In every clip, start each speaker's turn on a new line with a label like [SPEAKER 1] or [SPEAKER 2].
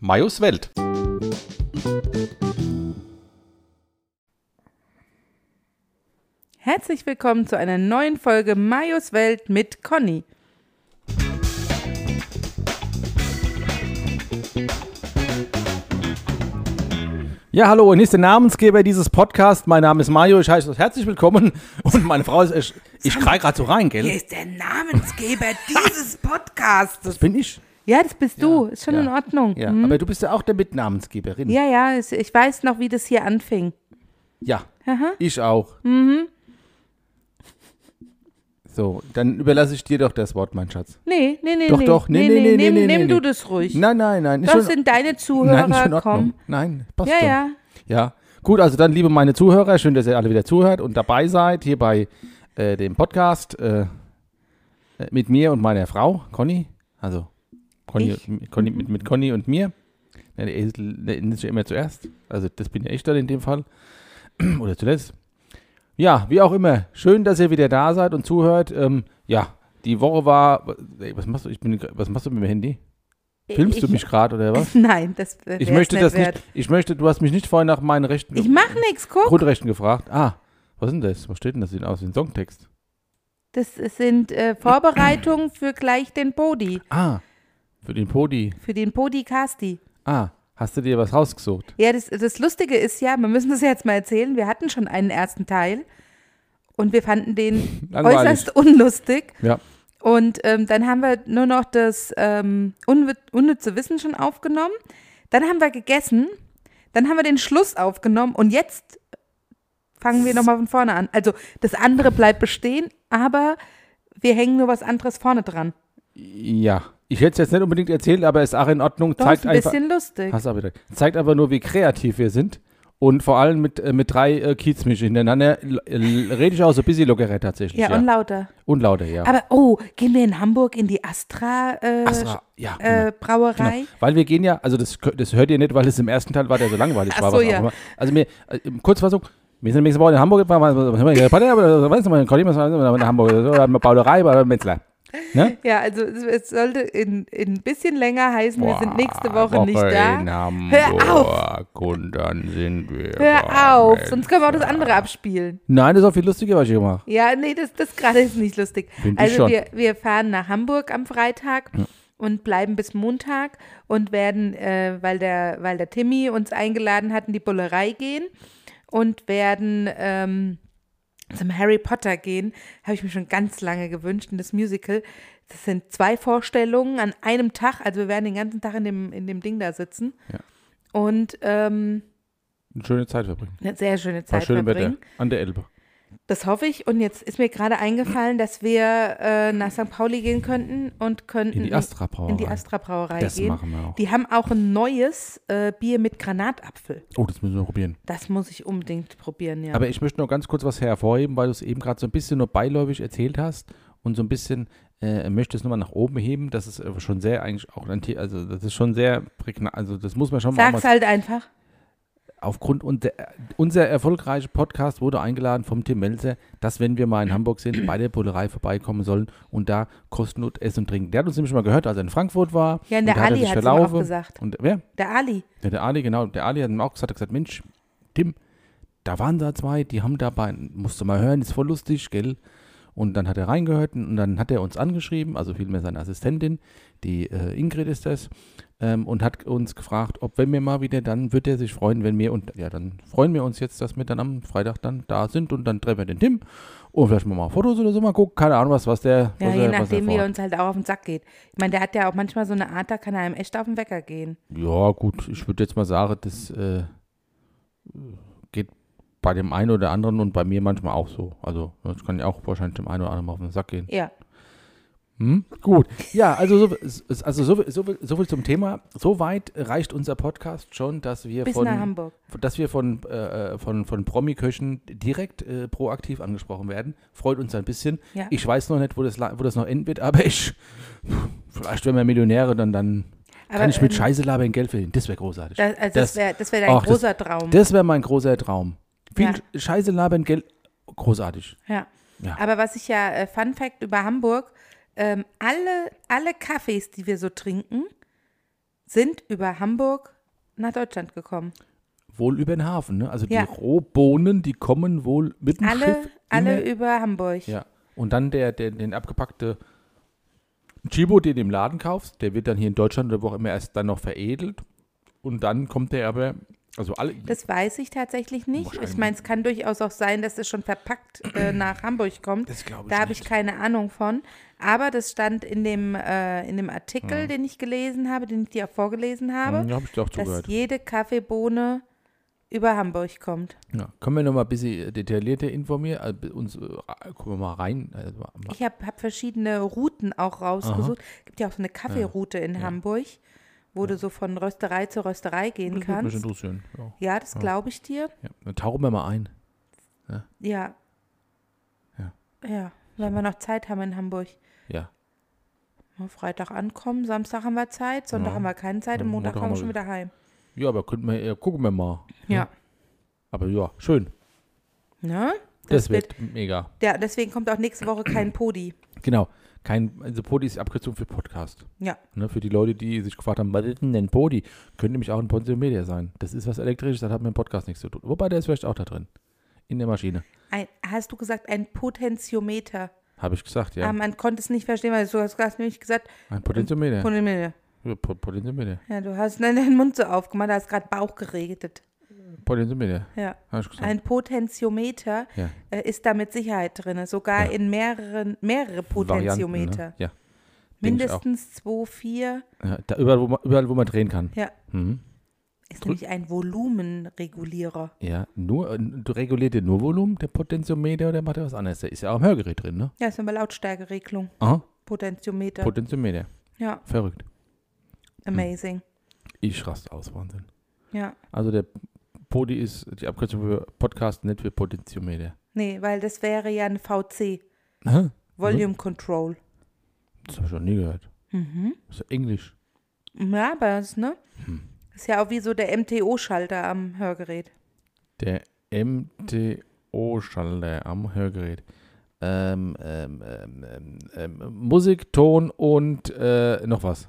[SPEAKER 1] Majos Welt.
[SPEAKER 2] Herzlich willkommen zu einer neuen Folge Majos Welt mit Conny.
[SPEAKER 3] Ja, hallo, und hier ist der Namensgeber dieses Podcasts. Mein Name ist Mario, ich heiße euch herzlich willkommen. Und meine Frau ist, ich, ich schrei gerade so rein,
[SPEAKER 2] Hier
[SPEAKER 3] gell?
[SPEAKER 2] ist der Namensgeber dieses Podcasts.
[SPEAKER 3] Das bin ich.
[SPEAKER 2] Ja, das bist du. Ist schon
[SPEAKER 3] ja.
[SPEAKER 2] in Ordnung.
[SPEAKER 3] Ja,
[SPEAKER 2] Hm?
[SPEAKER 3] aber du bist ja auch der Mitnamensgeberin.
[SPEAKER 2] ja, ja, es- ich weiß noch, wie das hier anfing.
[SPEAKER 3] Ja, ich auch.
[SPEAKER 2] Mhm.
[SPEAKER 3] So, dann überlasse ich dir doch das Wort, mein Schatz.
[SPEAKER 2] Nee, nee, nee,
[SPEAKER 3] Doch,
[SPEAKER 2] nee.
[SPEAKER 3] doch, nee, nee, nee,
[SPEAKER 2] nimm,
[SPEAKER 3] nee, nee,
[SPEAKER 2] nimm
[SPEAKER 3] nee.
[SPEAKER 2] du das ruhig.
[SPEAKER 3] Nein, nein, nein. ist
[SPEAKER 2] das
[SPEAKER 3] schon-
[SPEAKER 2] sind deine Zuhörer,
[SPEAKER 3] nein, ist in Ordnung.
[SPEAKER 2] komm.
[SPEAKER 3] Nein, passt
[SPEAKER 2] Ja,
[SPEAKER 3] schon.
[SPEAKER 2] ja.
[SPEAKER 3] Ja, gut, also dann, liebe meine Zuhörer, schön, dass ihr alle wieder zuhört und dabei seid hier bei äh, dem Podcast äh, äh, mit mir und meiner Frau, Conny. Also Conny,
[SPEAKER 2] Ich?
[SPEAKER 3] m- Conny mit, mit Conny und mir. Ja, der Esel der ist ja immer zuerst. Also das bin ja ich dann in dem Fall. Oder zuletzt. Ja, wie auch immer. Schön, dass ihr wieder da seid und zuhört. Ähm, ja, die Woche war. Ey, was machst du? Ich bin, was machst du mit dem Handy? Filmst du
[SPEAKER 2] Ich-
[SPEAKER 3] mich gerade oder was?
[SPEAKER 2] Nein, das wär's
[SPEAKER 3] Ich möchte
[SPEAKER 2] nicht
[SPEAKER 3] das
[SPEAKER 2] wert.
[SPEAKER 3] nicht. Ich möchte, du hast mich nicht vorhin nach meinen Rechten
[SPEAKER 2] Ich mach nichts, guck.
[SPEAKER 3] Grundrechten gefragt. Ah, was sind das? Was steht denn das denn aus? Den Songtext.
[SPEAKER 2] Das sind äh, Vorbereitungen für gleich den Podi,
[SPEAKER 3] Ah, für den Podi.
[SPEAKER 2] für den Podi-Casti.
[SPEAKER 3] Ah, hast du dir was rausgesucht?
[SPEAKER 2] Ja, das, das Lustige ist ja, wir müssen das ja jetzt mal erzählen, wir hatten schon einen ersten Teil und wir fanden den
[SPEAKER 3] Langweilig.
[SPEAKER 2] äußerst unlustig.
[SPEAKER 3] Ja.
[SPEAKER 2] Und ähm, dann haben wir nur noch das ähm, unwi- unnütze Wissen schon aufgenommen. Dann haben wir gegessen. Dann haben wir den Schluss aufgenommen. Und jetzt fangen wir nochmal von vorne an. Also das andere bleibt bestehen, aber wir hängen nur was anderes vorne dran.
[SPEAKER 3] Ja. Ich hätte es jetzt nicht unbedingt erzählt, aber ist auch in Ordnung.
[SPEAKER 2] Doch,
[SPEAKER 3] Zeigt
[SPEAKER 2] ist ein
[SPEAKER 3] einfach,
[SPEAKER 2] bisschen lustig.
[SPEAKER 3] hast aber recht. Zeigt aber nur, wie kreativ wir sind. Und vor allem mit, äh, mit drei äh, Kiezmischen hintereinander l- äh, l- rede ich auch so ein bisschen lockerer tatsächlich.
[SPEAKER 2] ja, und lauter.
[SPEAKER 3] Und lauter, ja.
[SPEAKER 2] Aber oh, gehen wir in Hamburg in die Astra, äh,
[SPEAKER 3] Astra, ja,
[SPEAKER 2] äh, Brauerei?
[SPEAKER 3] Genau. Weil wir gehen ja, also das, kö- das hört ihr nicht, weil es im ersten Teil war, der so langweilig
[SPEAKER 2] Ach
[SPEAKER 3] war.
[SPEAKER 2] so,
[SPEAKER 3] was auch
[SPEAKER 2] ja.
[SPEAKER 3] immer. Also mir, äh, Kurzfassung, wir sind nächste Woche in Hamburg, waren wir- was haben wir hier? Party, aber weißt du mal, in Kolim, was haben wir in Hamburg, so, haben wir Bauerei, bei Metzler. Ne?
[SPEAKER 2] Ja, also es, es sollte in, in ein bisschen länger heißen, wir sind nächste
[SPEAKER 3] Boah,
[SPEAKER 2] Woche nicht da.
[SPEAKER 3] In Hamburg,
[SPEAKER 2] Hör
[SPEAKER 3] Und dann sind wir.
[SPEAKER 2] Hör auf,
[SPEAKER 3] bei-
[SPEAKER 2] sonst können wir auch das andere abspielen.
[SPEAKER 3] Nein, das ist auch viel lustiger, was ich gemacht
[SPEAKER 2] Ja, nee, das, das gerade ist nicht lustig.
[SPEAKER 3] Find ich
[SPEAKER 2] also
[SPEAKER 3] schon.
[SPEAKER 2] wir, wir fahren nach Hamburg am Freitag und bleiben bis Montag und werden, äh, weil, der, weil der Timmy uns eingeladen hat, in die Bullerei gehen und werden ähm, zum Harry Potter gehen. Habe ich mir schon ganz lange gewünscht, in das Musical. Das sind zwei Vorstellungen an einem Tag. Also wir werden den ganzen Tag in dem, in dem Ding da sitzen.
[SPEAKER 3] Ja.
[SPEAKER 2] Und ähm,
[SPEAKER 3] Eine schöne Zeit verbringen.
[SPEAKER 2] eine sehr schöne
[SPEAKER 3] Bei
[SPEAKER 2] Zeit
[SPEAKER 3] schönem
[SPEAKER 2] verbringen.
[SPEAKER 3] Wetter. An der Elbe.
[SPEAKER 2] Das hoffe ich. Und jetzt ist mir gerade eingefallen, dass wir äh, nach St. Pauli gehen könnten und könnten
[SPEAKER 3] In die Astra Brauerei.
[SPEAKER 2] in die Astra Brauerei
[SPEAKER 3] Das
[SPEAKER 2] gehen.
[SPEAKER 3] machen wir auch.
[SPEAKER 2] Die haben auch ein neues äh, Bier mit Granatapfel.
[SPEAKER 3] Oh, das müssen wir probieren.
[SPEAKER 2] Das muss ich unbedingt probieren, ja.
[SPEAKER 3] Aber ich möchte noch ganz kurz was hervorheben, weil du es eben gerade so ein bisschen nur beiläufig erzählt hast und so ein bisschen äh, möchte es nochmal nach oben heben. Das ist äh, schon sehr eigentlich auch ein The- also das ist schon sehr prägnant. Also das muss man schon mal,
[SPEAKER 2] Sag's
[SPEAKER 3] mal
[SPEAKER 2] halt einfach.
[SPEAKER 3] aufgrund unser, unser erfolgreicher Podcast wurde eingeladen vom Tim Melzer, dass wenn wir mal in Hamburg sind, bei der Bullerei vorbeikommen sollen und da kostenlos essen und trinken. Der hat uns nämlich mal gehört, als er in Frankfurt war.
[SPEAKER 2] Ja, und
[SPEAKER 3] und
[SPEAKER 2] der
[SPEAKER 3] da hat er
[SPEAKER 2] Ali
[SPEAKER 3] sich
[SPEAKER 2] hat's ihm
[SPEAKER 3] verlaufen.
[SPEAKER 2] auch gesagt.
[SPEAKER 3] Und wer?
[SPEAKER 2] Der Ali.
[SPEAKER 3] Ja, der Ali, genau. Der Ali hat ihm auch gesagt, hat gesagt, Mensch, Tim, da waren da zwei, die haben dabei, musst du mal hören, ist voll lustig, gell? Und dann hat er reingehört und dann hat er uns angeschrieben, also vielmehr seine Assistentin, die äh, Ingrid ist das, ähm, und hat uns gefragt, ob wenn wir mal wieder, dann wird er sich freuen, wenn wir, und ja, dann freuen wir uns jetzt, dass wir dann am Freitag dann da sind und dann treffen wir den Tim und vielleicht machen wir mal Fotos oder so mal gucken, keine Ahnung was, was der,
[SPEAKER 2] Ja,
[SPEAKER 3] was
[SPEAKER 2] je
[SPEAKER 3] er, was er
[SPEAKER 2] nachdem, wie er
[SPEAKER 3] vorhat.
[SPEAKER 2] uns halt auch auf den Sack geht. Ich meine, der hat ja auch manchmal so eine Art, da kann er einem echt auf den Wecker gehen.
[SPEAKER 3] Ja, gut, ich würde jetzt mal sagen, das äh, geht bei dem einen oder anderen und bei mir manchmal auch so. Also, das kann ja auch wahrscheinlich dem einen oder anderen mal auf den Sack gehen.
[SPEAKER 2] Ja.
[SPEAKER 3] Hm? Gut. Ja, also, so, es- also so, so, so viel zum Thema. So weit reicht unser Podcast schon, dass wir
[SPEAKER 2] Bis
[SPEAKER 3] von,
[SPEAKER 2] nach Hamburg.
[SPEAKER 3] dass wir von, äh, von, von Promi-Köchen direkt äh, proaktiv angesprochen werden. Freut uns ein bisschen.
[SPEAKER 2] Ja.
[SPEAKER 3] Ich weiß noch nicht, wo das, la- wo das noch enden wird, aber ich, vielleicht wenn wir Millionäre, dann, dann
[SPEAKER 2] Aber,
[SPEAKER 3] kann ich mit
[SPEAKER 2] ähm,
[SPEAKER 3] Scheiße labern Geld verdienen. Das wäre großartig.
[SPEAKER 2] Das, also das,
[SPEAKER 3] Das-
[SPEAKER 2] wäre das wär dein
[SPEAKER 3] Ach, das-
[SPEAKER 2] großer Traum.
[SPEAKER 3] Das wäre mein großer Traum. Viel
[SPEAKER 2] Mhm. Ja.
[SPEAKER 3] Scheiße labern, Geld. Großartig.
[SPEAKER 2] Ja.
[SPEAKER 3] Ja.
[SPEAKER 2] Aber was ich ja, äh, Fun Fact über Hamburg, ähm, alle, alle Kaffees, die wir so trinken, sind über Hamburg nach Deutschland gekommen.
[SPEAKER 3] Wohl über den Hafen, ne? Also
[SPEAKER 2] Ja.
[SPEAKER 3] die Rohbohnen, die kommen wohl mit dem
[SPEAKER 2] Alle,
[SPEAKER 3] Schiff.
[SPEAKER 2] alle
[SPEAKER 3] immer-
[SPEAKER 2] über Hamburg.
[SPEAKER 3] ja. Und dann der, der, den abgepackte Chibo, den du im Laden kaufst, der wird dann hier in Deutschland oder wo auch immer erst dann noch veredelt. Und dann kommt der aber, also alle,
[SPEAKER 2] Das weiß ich tatsächlich nicht.
[SPEAKER 3] Wahrscheinlich.
[SPEAKER 2] Ich meine, es kann durchaus auch sein, dass es schon verpackt äh, nach Hamburg kommt.
[SPEAKER 3] Das glaub ich
[SPEAKER 2] da habe
[SPEAKER 3] nicht.
[SPEAKER 2] ich keine Ahnung von. Aber das stand in dem, äh, in dem Artikel, den ich gelesen habe, den ich dir auch vorgelesen habe,
[SPEAKER 3] Hm, da habe ich dir auch
[SPEAKER 2] dass
[SPEAKER 3] zugehört.
[SPEAKER 2] jede Kaffeebohne über Hamburg kommt.
[SPEAKER 3] Ja. Können wir nochmal ein bisschen detaillierter informieren? Also, bei uns, äh, gucken wir mal rein. Also, mal-
[SPEAKER 2] Ich habe hab verschiedene Routen auch rausgesucht. Es gibt ja auch so eine Kaffeeroute in Hamburg, wo du so von Rösterei zu Rösterei gehen
[SPEAKER 3] das würde mich
[SPEAKER 2] kannst.
[SPEAKER 3] interessieren. Ja.
[SPEAKER 2] Ja, das glaube ich dir.
[SPEAKER 3] Ja. Dann tauchen wir mal ein.
[SPEAKER 2] Ja.
[SPEAKER 3] Ja.
[SPEAKER 2] Ja, wenn wir noch Zeit haben in Hamburg.
[SPEAKER 3] Ja.
[SPEAKER 2] Mal Freitag ankommen, Samstag haben wir Zeit, Sonntag haben wir keine Zeit und
[SPEAKER 3] Ja,
[SPEAKER 2] Montag
[SPEAKER 3] Montag
[SPEAKER 2] kommen wir schon
[SPEAKER 3] haben wir-
[SPEAKER 2] wieder heim.
[SPEAKER 3] Ja, aber könnten wir, ja, gucken wir mal.
[SPEAKER 2] Ja.
[SPEAKER 3] Aber ja, schön.
[SPEAKER 2] Ne?
[SPEAKER 3] Das, wird, mega.
[SPEAKER 2] Ja, deswegen kommt auch nächste Woche kein Podi.
[SPEAKER 3] Genau. Kein, also Podi ist die Abkürzung für Podcast.
[SPEAKER 2] Ja.
[SPEAKER 3] Ne, für die Leute, die sich gefragt haben, was ist denn ein Podi? Könnte nämlich auch ein Pontium Media sein. Das ist was Elektrisches, das hat mit dem Podcast nichts zu tun. Wobei, der ist vielleicht auch da drin. In der Maschine.
[SPEAKER 2] Ein, hast du gesagt, ein Potentiometer?
[SPEAKER 3] Habe ich gesagt,
[SPEAKER 2] Ah,
[SPEAKER 3] ja.
[SPEAKER 2] man konnte es nicht verstehen, weil du hast gerade nämlich gesagt,
[SPEAKER 3] Ein Potentium Media.
[SPEAKER 2] Potentiometer.
[SPEAKER 3] Ja, Po- Potentium Media.
[SPEAKER 2] Ja, du hast dann deinen Mund so aufgemacht, da hast gerade Bauch geredet.
[SPEAKER 3] Potentium Media.
[SPEAKER 2] Ja.
[SPEAKER 3] Habe ich gesagt.
[SPEAKER 2] Ein Potentiometer
[SPEAKER 3] Ja.
[SPEAKER 2] äh, ist da mit Sicherheit drin, sogar
[SPEAKER 3] Ja.
[SPEAKER 2] in mehreren, mehrere
[SPEAKER 3] Varianten, ne?
[SPEAKER 2] Potentiometer.
[SPEAKER 3] Ja. Denk ich auch.
[SPEAKER 2] Mindestens zwei, vier.
[SPEAKER 3] ja da, überall, wo man, überall, wo man drehen kann.
[SPEAKER 2] Ja.
[SPEAKER 3] Mhm.
[SPEAKER 2] Ist nämlich ein Volumenregulierer.
[SPEAKER 3] Ja, nur, äh, du reguliert den nur Volumen, der Potentiometer oder macht er was anderes? Der ist ja auch im Hörgerät drin, ne?
[SPEAKER 2] Ja, ist immer Lautstärkeregelung.
[SPEAKER 3] Aha,
[SPEAKER 2] Potentiometer.
[SPEAKER 3] Potentiometer.
[SPEAKER 2] ja,
[SPEAKER 3] Verrückt. Hm.
[SPEAKER 2] amazing.
[SPEAKER 3] Ich raste aus, Wahnsinn.
[SPEAKER 2] Ja.
[SPEAKER 3] Also der Podi ist die Abkürzung für Podcast, nicht für Potentiometer.
[SPEAKER 2] Nee, weil das wäre ja ein VC.
[SPEAKER 3] Mhm. Hä?
[SPEAKER 2] Volume Control.
[SPEAKER 3] Das habe ich noch nie gehört.
[SPEAKER 2] Mhm.
[SPEAKER 3] Das ist ja Englisch.
[SPEAKER 2] Ja, aber es, ne?
[SPEAKER 3] Hm.
[SPEAKER 2] Ist ja auch wie so der MTO-Schalter am Hörgerät.
[SPEAKER 3] Der MTO-Schalter am Hörgerät. Ähm, ähm, ähm, ähm, ähm, Musik, Ton und äh, noch was.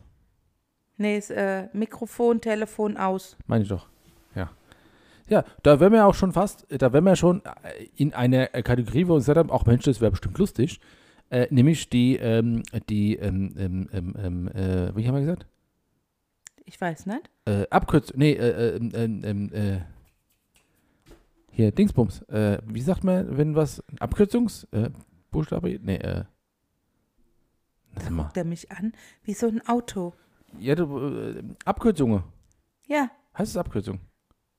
[SPEAKER 2] Nee, ist äh, Mikrofon, Telefon aus.
[SPEAKER 3] Meine ich doch. Ja. Ja, da wären wir auch schon fast, da wären wir schon äh, in einer Kategorie, wo wir uns gesagt haben, auch Mensch, das wäre bestimmt lustig. Äh, nämlich die, ähm, die, ähm, ähm, ähm, ähm, äh, wie haben wir gesagt?
[SPEAKER 2] Ich weiß nicht.
[SPEAKER 3] Äh, Abkürzung, nee, äh, ähm, ähm, ähm, äh, hier, Dingsbums. Äh, wie sagt man, wenn was, Abkürzungs, äh, Buchstabe, nee, äh, sag mal.
[SPEAKER 2] Der mich an wie so ein Auto.
[SPEAKER 3] Ja, du, äh, Abkürzungen.
[SPEAKER 2] Ja.
[SPEAKER 3] Heißt es Abkürzung?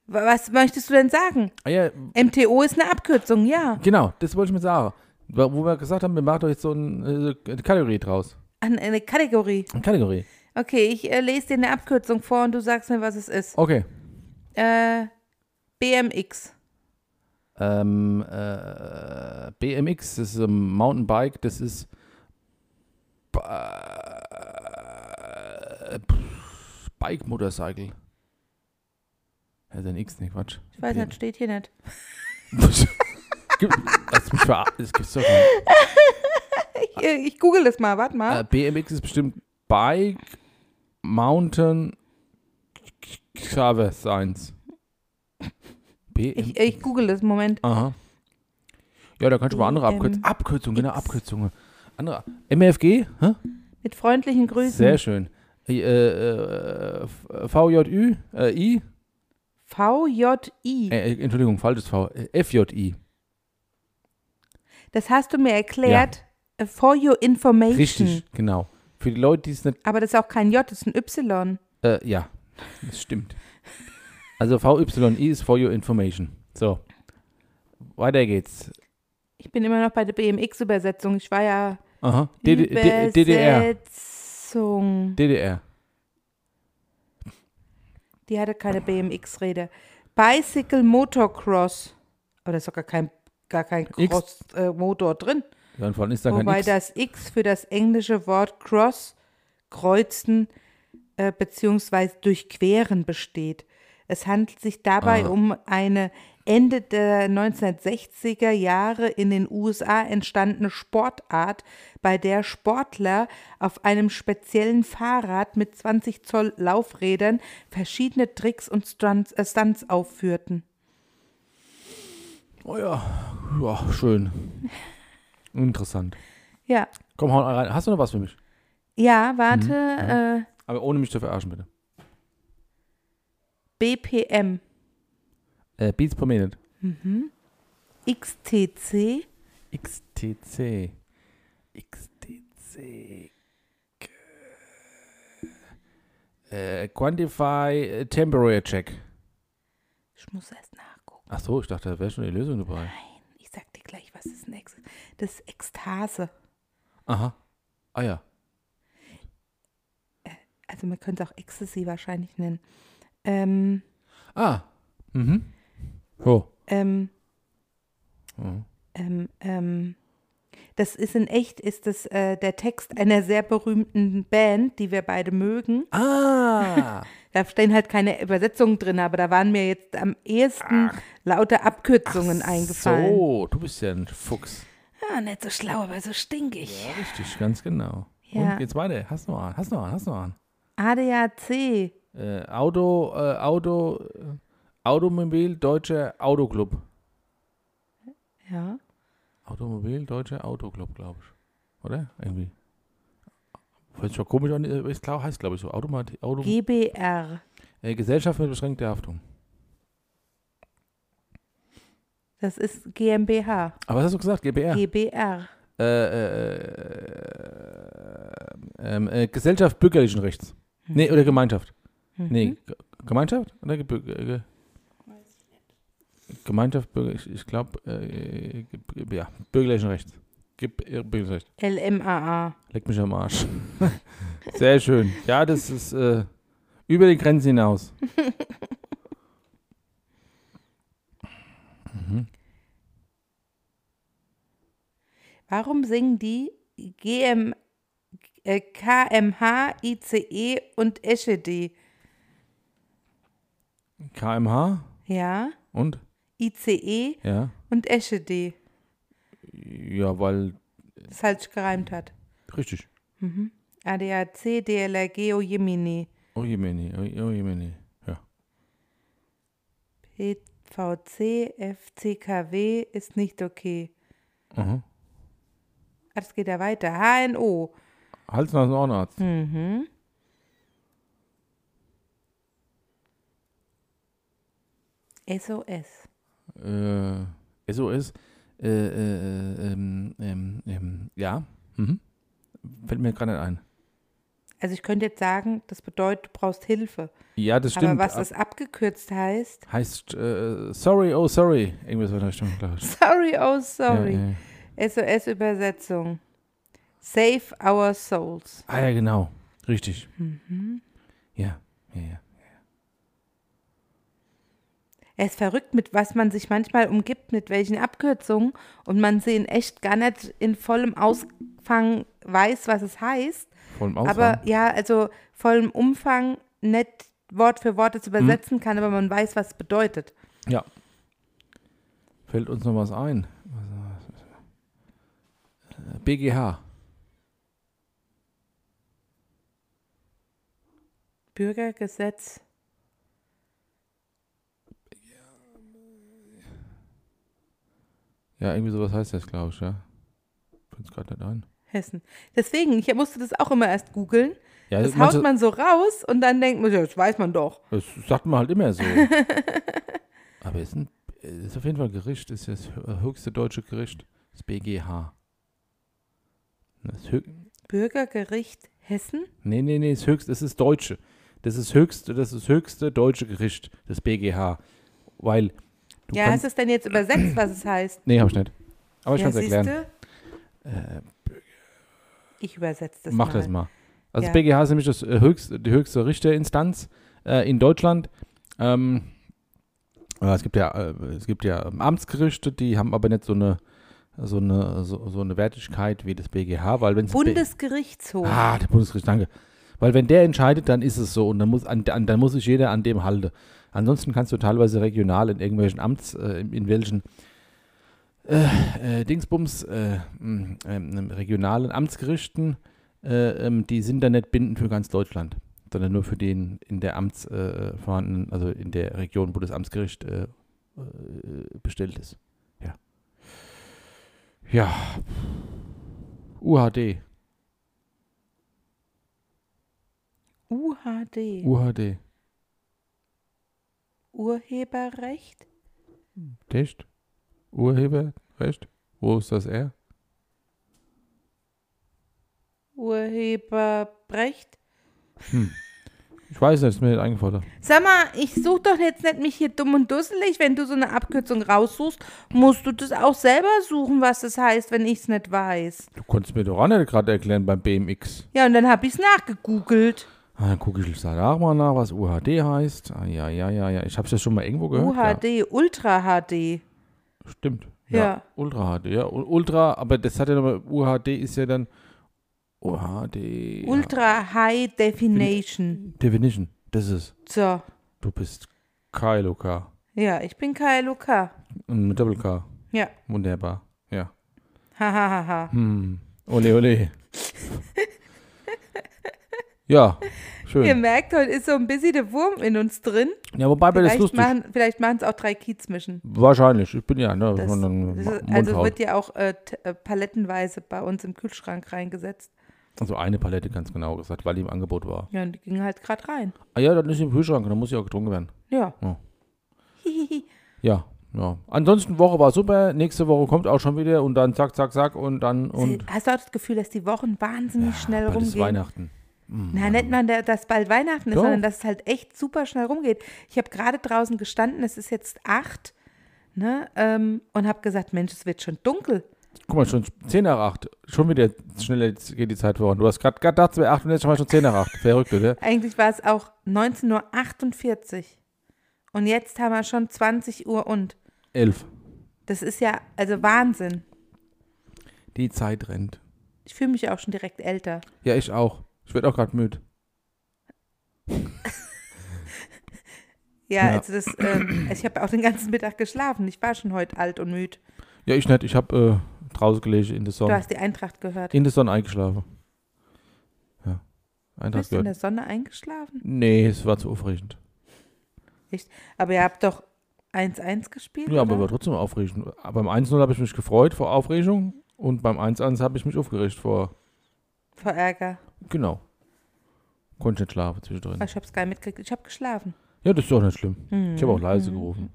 [SPEAKER 2] Wa- Was möchtest du denn sagen?
[SPEAKER 3] Ah ja,
[SPEAKER 2] MTO ist eine Abkürzung, ja.
[SPEAKER 3] Genau, das wollte ich mit Sarah. Wo wo wir gesagt haben, wir machen doch jetzt so ein, äh, eine Kategorie draus.
[SPEAKER 2] An eine Kategorie.
[SPEAKER 3] Eine Kategorie.
[SPEAKER 2] Okay, ich äh, lese dir eine Abkürzung vor und du sagst mir, was es ist.
[SPEAKER 3] Okay.
[SPEAKER 2] Äh, BMX.
[SPEAKER 3] Ähm, äh, BMX, das ist ein Mountainbike, das ist. Ba- pff, Bike Motorcycle. Ja, sein X, nicht Quatsch.
[SPEAKER 2] Ich weiß nicht, steht hier nicht.
[SPEAKER 3] Gib- Lass mich verar- Das gibt's doch nicht.
[SPEAKER 2] Ich, äh, ich google das mal, warte mal.
[SPEAKER 3] Äh, BMX ist bestimmt Bike Mountain Xaver Science. BMX.
[SPEAKER 2] ich, äh, ich google das, Moment.
[SPEAKER 3] Aha. Ja, da kannst du mal andere Abkürzungen. Abkürzungen, genau, Abkürzungen. Andere. MFG? Hä?
[SPEAKER 2] Mit freundlichen Grüßen.
[SPEAKER 3] Sehr schön. Äh, äh, F- VJÜ? Äh, I?
[SPEAKER 2] VJI.
[SPEAKER 3] Äh, Entschuldigung, falsches V. Äh, FJI.
[SPEAKER 2] Das hast du mir erklärt. äh, For your information.
[SPEAKER 3] Richtig, genau. Für die Leute, die es nicht.
[SPEAKER 2] Aber das ist auch kein J, das ist ein Y.
[SPEAKER 3] Äh, ja, das stimmt. Also VYI ist for your information. So. Weiter geht's.
[SPEAKER 2] Ich bin immer noch bei der BMX-Übersetzung. Ich war ja
[SPEAKER 3] Aha. DD D- DDR.
[SPEAKER 2] Übersetzung.
[SPEAKER 3] DDR.
[SPEAKER 2] Die hatte keine BMX-Rede. Bicycle Motocross. Aber da ist doch gar kein, gar kein
[SPEAKER 3] X.
[SPEAKER 2] Cross-Motor drin.
[SPEAKER 3] Ja, und vor allem ist da kein
[SPEAKER 2] Wobei
[SPEAKER 3] X.
[SPEAKER 2] das X für das englische Wort cross, kreuzen äh, bzw. durchqueren besteht. Es handelt sich dabei
[SPEAKER 3] Ah.
[SPEAKER 2] um eine Ende der 1960er Jahre in den USA entstandene Sportart, bei der Sportler auf einem speziellen Fahrrad mit 20 Zoll Laufrädern verschiedene Tricks und Stunts, äh, Stunts aufführten.
[SPEAKER 3] Oh ja, ja, schön. Interessant.
[SPEAKER 2] Ja,
[SPEAKER 3] Komm, hau rein. Hast du noch was für mich?
[SPEAKER 2] ja, warte, äh,
[SPEAKER 3] Aber ohne mich zu verarschen, bitte.
[SPEAKER 2] BPM,
[SPEAKER 3] Äh, Beats per Minute.
[SPEAKER 2] XTC,
[SPEAKER 3] XTC. XTC. Äh, Quantify äh, Temporary Check.
[SPEAKER 2] ich muss erst nachgucken,
[SPEAKER 3] Ach so, ich dachte, da wäre schon die Lösung dabei.
[SPEAKER 2] ich sag dir gleich, was ist ein Ex Das ist Ekstase.
[SPEAKER 3] Aha. Ah ja.
[SPEAKER 2] Also man könnte es auch Ecstasy wahrscheinlich nennen. Ähm,
[SPEAKER 3] Ah. Mhm. Oh.
[SPEAKER 2] ähm,
[SPEAKER 3] Mhm.
[SPEAKER 2] ähm, ähm, das ist in echt, ist das äh, der Text einer sehr berühmten Band, die wir beide mögen.
[SPEAKER 3] Ah.
[SPEAKER 2] Da stehen halt keine Übersetzungen drin, aber da waren mir jetzt am ehesten lauter Abkürzungen eingefallen.
[SPEAKER 3] So, du bist ja ein Fuchs.
[SPEAKER 2] Ah, nicht so schlau, aber so stinkig.
[SPEAKER 3] Ja, richtig, ganz genau.
[SPEAKER 2] Ja.
[SPEAKER 3] Und geht's weiter. Hast noch einen, hast noch einen, hast noch einen.
[SPEAKER 2] ADAC.
[SPEAKER 3] Äh, Auto, äh, Auto, äh, Automobil, Deutscher Autoclub.
[SPEAKER 2] Ja.
[SPEAKER 3] Automobil, Deutscher Autoclub, glaube ich. Oder? Irgendwie. Hört sich schon komisch an, äh, ist klar, heißt glaube ich so. Automat, Auto,
[SPEAKER 2] GBR.
[SPEAKER 3] äh, Gesellschaft mit beschränkter Haftung.
[SPEAKER 2] Das ist GmbH.
[SPEAKER 3] Aber was hast du gesagt? GBR?
[SPEAKER 2] GBR.
[SPEAKER 3] äh, äh, äh, ähm, äh, Gesellschaft bürgerlichen Rechts. Nee, oder Gemeinschaft. Nee, G Gemeinschaft? Oder Gebü- äh, Ge Gemeinschaft, Bürger, ich, ich glaube, äh, Ge- Ge- ja, bürgerlichen Rechts. Gib äh, bürgerlichen Recht.
[SPEAKER 2] LMAA.
[SPEAKER 3] Leck mich am Arsch. Sehr schön. Ja, das ist äh, über die Grenzen hinaus.
[SPEAKER 2] Warum singen die GM, äh, KMH, ICE E und Eschede?
[SPEAKER 3] KMH
[SPEAKER 2] Ja,
[SPEAKER 3] und?
[SPEAKER 2] ICE
[SPEAKER 3] Ja.
[SPEAKER 2] und Eschede.
[SPEAKER 3] Ja, weil,
[SPEAKER 2] Das halt sich gereimt hat.
[SPEAKER 3] richtig.
[SPEAKER 2] ADAC, DLRG, Ojemini,
[SPEAKER 3] Oh je, Mini, oh je, Mini. Ja.
[SPEAKER 2] PVC, FCKW ist nicht okay.
[SPEAKER 3] Aha.
[SPEAKER 2] Ah, das geht ja weiter. HNO.
[SPEAKER 3] Hals, Nasen, Ohrenarzt.
[SPEAKER 2] Mhm. SOS.
[SPEAKER 3] Äh, SOS. Äh, äh, ähm, ähm, ähm, ja. Mhm. Fällt mir gerade nicht ein.
[SPEAKER 2] Also ich könnte jetzt sagen, das bedeutet, du brauchst Hilfe.
[SPEAKER 3] Ja, das stimmt. Ah.
[SPEAKER 2] Aber was
[SPEAKER 3] Ab-
[SPEAKER 2] das abgekürzt heißt,
[SPEAKER 3] heißt, äh, sorry, oh sorry. Irgendwas war da schon, glaube ich.
[SPEAKER 2] sorry, oh sorry.
[SPEAKER 3] Ja, ja.
[SPEAKER 2] SOS-Übersetzung. Save our souls.
[SPEAKER 3] Ah ja, genau. Richtig.
[SPEAKER 2] Mhm.
[SPEAKER 3] Ja, ja, ja.
[SPEAKER 2] Es ist verrückt, mit was man sich manchmal umgibt, mit welchen Abkürzungen und man sie in echt gar nicht in vollem Ausfang weiß, was es heißt.
[SPEAKER 3] Voll im
[SPEAKER 2] Aber
[SPEAKER 3] Ausland.
[SPEAKER 2] ja, also vollem Umfang nicht Wort für Wort
[SPEAKER 3] Hm?
[SPEAKER 2] es übersetzen kann, aber man weiß, was es bedeutet.
[SPEAKER 3] Ja. Fällt uns noch was ein? Äh, BGH.
[SPEAKER 2] Bürgergesetz.
[SPEAKER 3] Ja, irgendwie sowas heißt das, glaube ich, ja. Fällt gerade nicht ein.
[SPEAKER 2] Hessen. Deswegen, ich musste das auch immer erst googeln.
[SPEAKER 3] Ja,
[SPEAKER 2] Das
[SPEAKER 3] manche-
[SPEAKER 2] haut man so raus und dann denkt man, ja, das weiß man doch.
[SPEAKER 3] Das sagt man halt immer so. Aber es ist, ein, es ist auf jeden Fall ein Gericht, es ist das hö- höchste deutsche Gericht, das BGH. Das hö
[SPEAKER 2] Bürgergericht Hessen?
[SPEAKER 3] nee, nee, nee, das höchste, das ist Deutsche. Das ist höchste, das ist höchste deutsche Gericht, das BGH. Weil du
[SPEAKER 2] ja,
[SPEAKER 3] kannst.
[SPEAKER 2] hast du es denn jetzt übersetzt, was es heißt?
[SPEAKER 3] nee, hab ich nicht. Aber ich
[SPEAKER 2] ja,
[SPEAKER 3] kann es erklären. Äh,
[SPEAKER 2] siehste? ich übersetze das
[SPEAKER 3] Mach
[SPEAKER 2] mal.
[SPEAKER 3] das mal. Also das
[SPEAKER 2] Ja.
[SPEAKER 3] BGH ist nämlich das äh, höchste, die höchste Richterinstanz äh, in Deutschland. Ähm, äh, es gibt ja, äh, es gibt ja ähm, Amtsgerichte, die haben aber nicht so eine so eine so, so eine Wertigkeit wie das BGH, weil wenn
[SPEAKER 2] Bundesgerichtshof.
[SPEAKER 3] Ah, der Ah, Bundesgericht, danke. Weil wenn der entscheidet, dann ist es so und dann muss, an, an, dann muss sich jeder an dem halten. Ansonsten kannst du teilweise regional in irgendwelchen Amts, äh, in, in welchen äh, äh, Dingsbums, äh, mh, ähm, regionalen Amtsgerichten, äh, ähm, die sind dann nicht bindend für ganz Deutschland, sondern nur für den in der Amts äh, vorhandenen, also in der Region, wo das Amtsgericht äh, äh, bestellt ist. Ja. Ja. UHD.
[SPEAKER 2] UHD.
[SPEAKER 3] UHD.
[SPEAKER 2] Urheberrecht?
[SPEAKER 3] Recht? Urheberrecht? Wo ist das R?
[SPEAKER 2] Urheberrecht?
[SPEAKER 3] Ich weiß nicht, ist mir nicht eingefallen.
[SPEAKER 2] Sag mal, ich suche doch jetzt nicht mich hier dumm und dusselig. Wenn du so eine Abkürzung raussuchst, musst du das auch selber suchen, was das heißt, wenn ich es nicht weiß.
[SPEAKER 3] Du konntest mir doch auch nicht gerade erklären beim BMX.
[SPEAKER 2] Ja, und dann habe ich es nachgegoogelt.
[SPEAKER 3] Ah, dann gucke ich danach mal nach, was UHD heißt. Ah, ja, ja, ja, ja. Ich habe es ja schon mal irgendwo gehört.
[SPEAKER 2] UHD, Ultra HD.
[SPEAKER 3] Ja, stimmt.
[SPEAKER 2] Ja.
[SPEAKER 3] Ultra HD, ja. U- Ultra, aber das hat ja nochmal, UHD ist ja dann UHD.
[SPEAKER 2] Ultra High Definition.
[SPEAKER 3] Definition. Das ist,
[SPEAKER 2] So.
[SPEAKER 3] du bist Kylo K.
[SPEAKER 2] Ja, ich bin Kai Luca.
[SPEAKER 3] Und mit Doppel K.
[SPEAKER 2] Ja.
[SPEAKER 3] Wunderbar. Ja.
[SPEAKER 2] Hahaha.
[SPEAKER 3] Hm. Ole, ole. ja,
[SPEAKER 2] Ihr
[SPEAKER 3] schön.
[SPEAKER 2] merkt, heute ist so ein bisschen der Wurm in uns drin.
[SPEAKER 3] Ja, wobei mir das
[SPEAKER 2] Vielleicht
[SPEAKER 3] lustig.
[SPEAKER 2] machen vielleicht machen es auch drei Kiezmischen.
[SPEAKER 3] Wahrscheinlich. Ich bin ja, ne,
[SPEAKER 2] Das,
[SPEAKER 3] man dann
[SPEAKER 2] das ist,
[SPEAKER 3] Ma-
[SPEAKER 2] also
[SPEAKER 3] Mundhaut.
[SPEAKER 2] wird ja auch äh, t- äh, palettenweise bei uns im Kühlschrank reingesetzt.
[SPEAKER 3] also eine Palette ganz genau gesagt, weil die im Angebot war.
[SPEAKER 2] Ja, und die gingen halt gerade rein.
[SPEAKER 3] Ah ja, dann ist sie im Kühlschrank, dann muss sie auch getrunken werden.
[SPEAKER 2] Ja.
[SPEAKER 3] Ja.
[SPEAKER 2] Hihihi.
[SPEAKER 3] Ja, ja. Ansonsten Woche war super, nächste Woche kommt auch schon wieder und dann zack, zack, zack und dann und
[SPEAKER 2] Hast du auch das Gefühl, dass die Wochen wahnsinnig schnell
[SPEAKER 3] bald ist
[SPEAKER 2] äh, rumgehen?
[SPEAKER 3] Weihnachten.
[SPEAKER 2] Na, nicht mal, der- dass bald Weihnachten ist,
[SPEAKER 3] Doch.
[SPEAKER 2] sondern dass es halt echt super schnell rumgeht. Ich habe gerade draußen gestanden, es ist jetzt acht, ne, ähm, und habe gesagt, Mensch, es wird schon dunkel.
[SPEAKER 3] Guck mal, schon 10 nach 8. Schon wieder schneller geht die Zeit voran. Du hast gerade gedacht, es wäre 8 und jetzt haben wir schon 10 nach 8. Verrückt, oder?
[SPEAKER 2] Eigentlich war es auch 19.48 Uhr. Und jetzt haben wir schon 20 Uhr und.
[SPEAKER 3] 11.
[SPEAKER 2] Das ist ja, also Wahnsinn.
[SPEAKER 3] Die Zeit rennt.
[SPEAKER 2] Ich fühle mich auch schon direkt älter.
[SPEAKER 3] Ja, ich auch. Ich werde auch gerade müde.
[SPEAKER 2] Ja,
[SPEAKER 3] Ja.
[SPEAKER 2] also das, ähm, also ich habe auch den ganzen Mittag geschlafen. Ich war schon heute alt und müde.
[SPEAKER 3] Ja, ich nicht. Ich habe äh, draußen gelegen in der
[SPEAKER 2] Du
[SPEAKER 3] Sonne.
[SPEAKER 2] hast die Eintracht gehört.
[SPEAKER 3] In der Sonne eingeschlafen. Ja. Eintracht
[SPEAKER 2] Bist du in der
[SPEAKER 3] gehört.
[SPEAKER 2] Sonne eingeschlafen?
[SPEAKER 3] Nee, es war zu aufregend.
[SPEAKER 2] Echt? Aber ihr habt doch 1-1 gespielt.
[SPEAKER 3] Ja, aber
[SPEAKER 2] oder?
[SPEAKER 3] war trotzdem aufregend. Beim 1-0 habe ich mich gefreut vor Aufregung und beim 1-1 habe ich mich aufgeregt vor.
[SPEAKER 2] Vor Ärger.
[SPEAKER 3] Genau. Konnte nicht schlafen zwischendrin.
[SPEAKER 2] Ich habe es gar nicht mitgekriegt. Ich habe geschlafen.
[SPEAKER 3] Ja, das ist doch nicht schlimm. Ich
[SPEAKER 2] Mhm.
[SPEAKER 3] habe auch leise gerufen.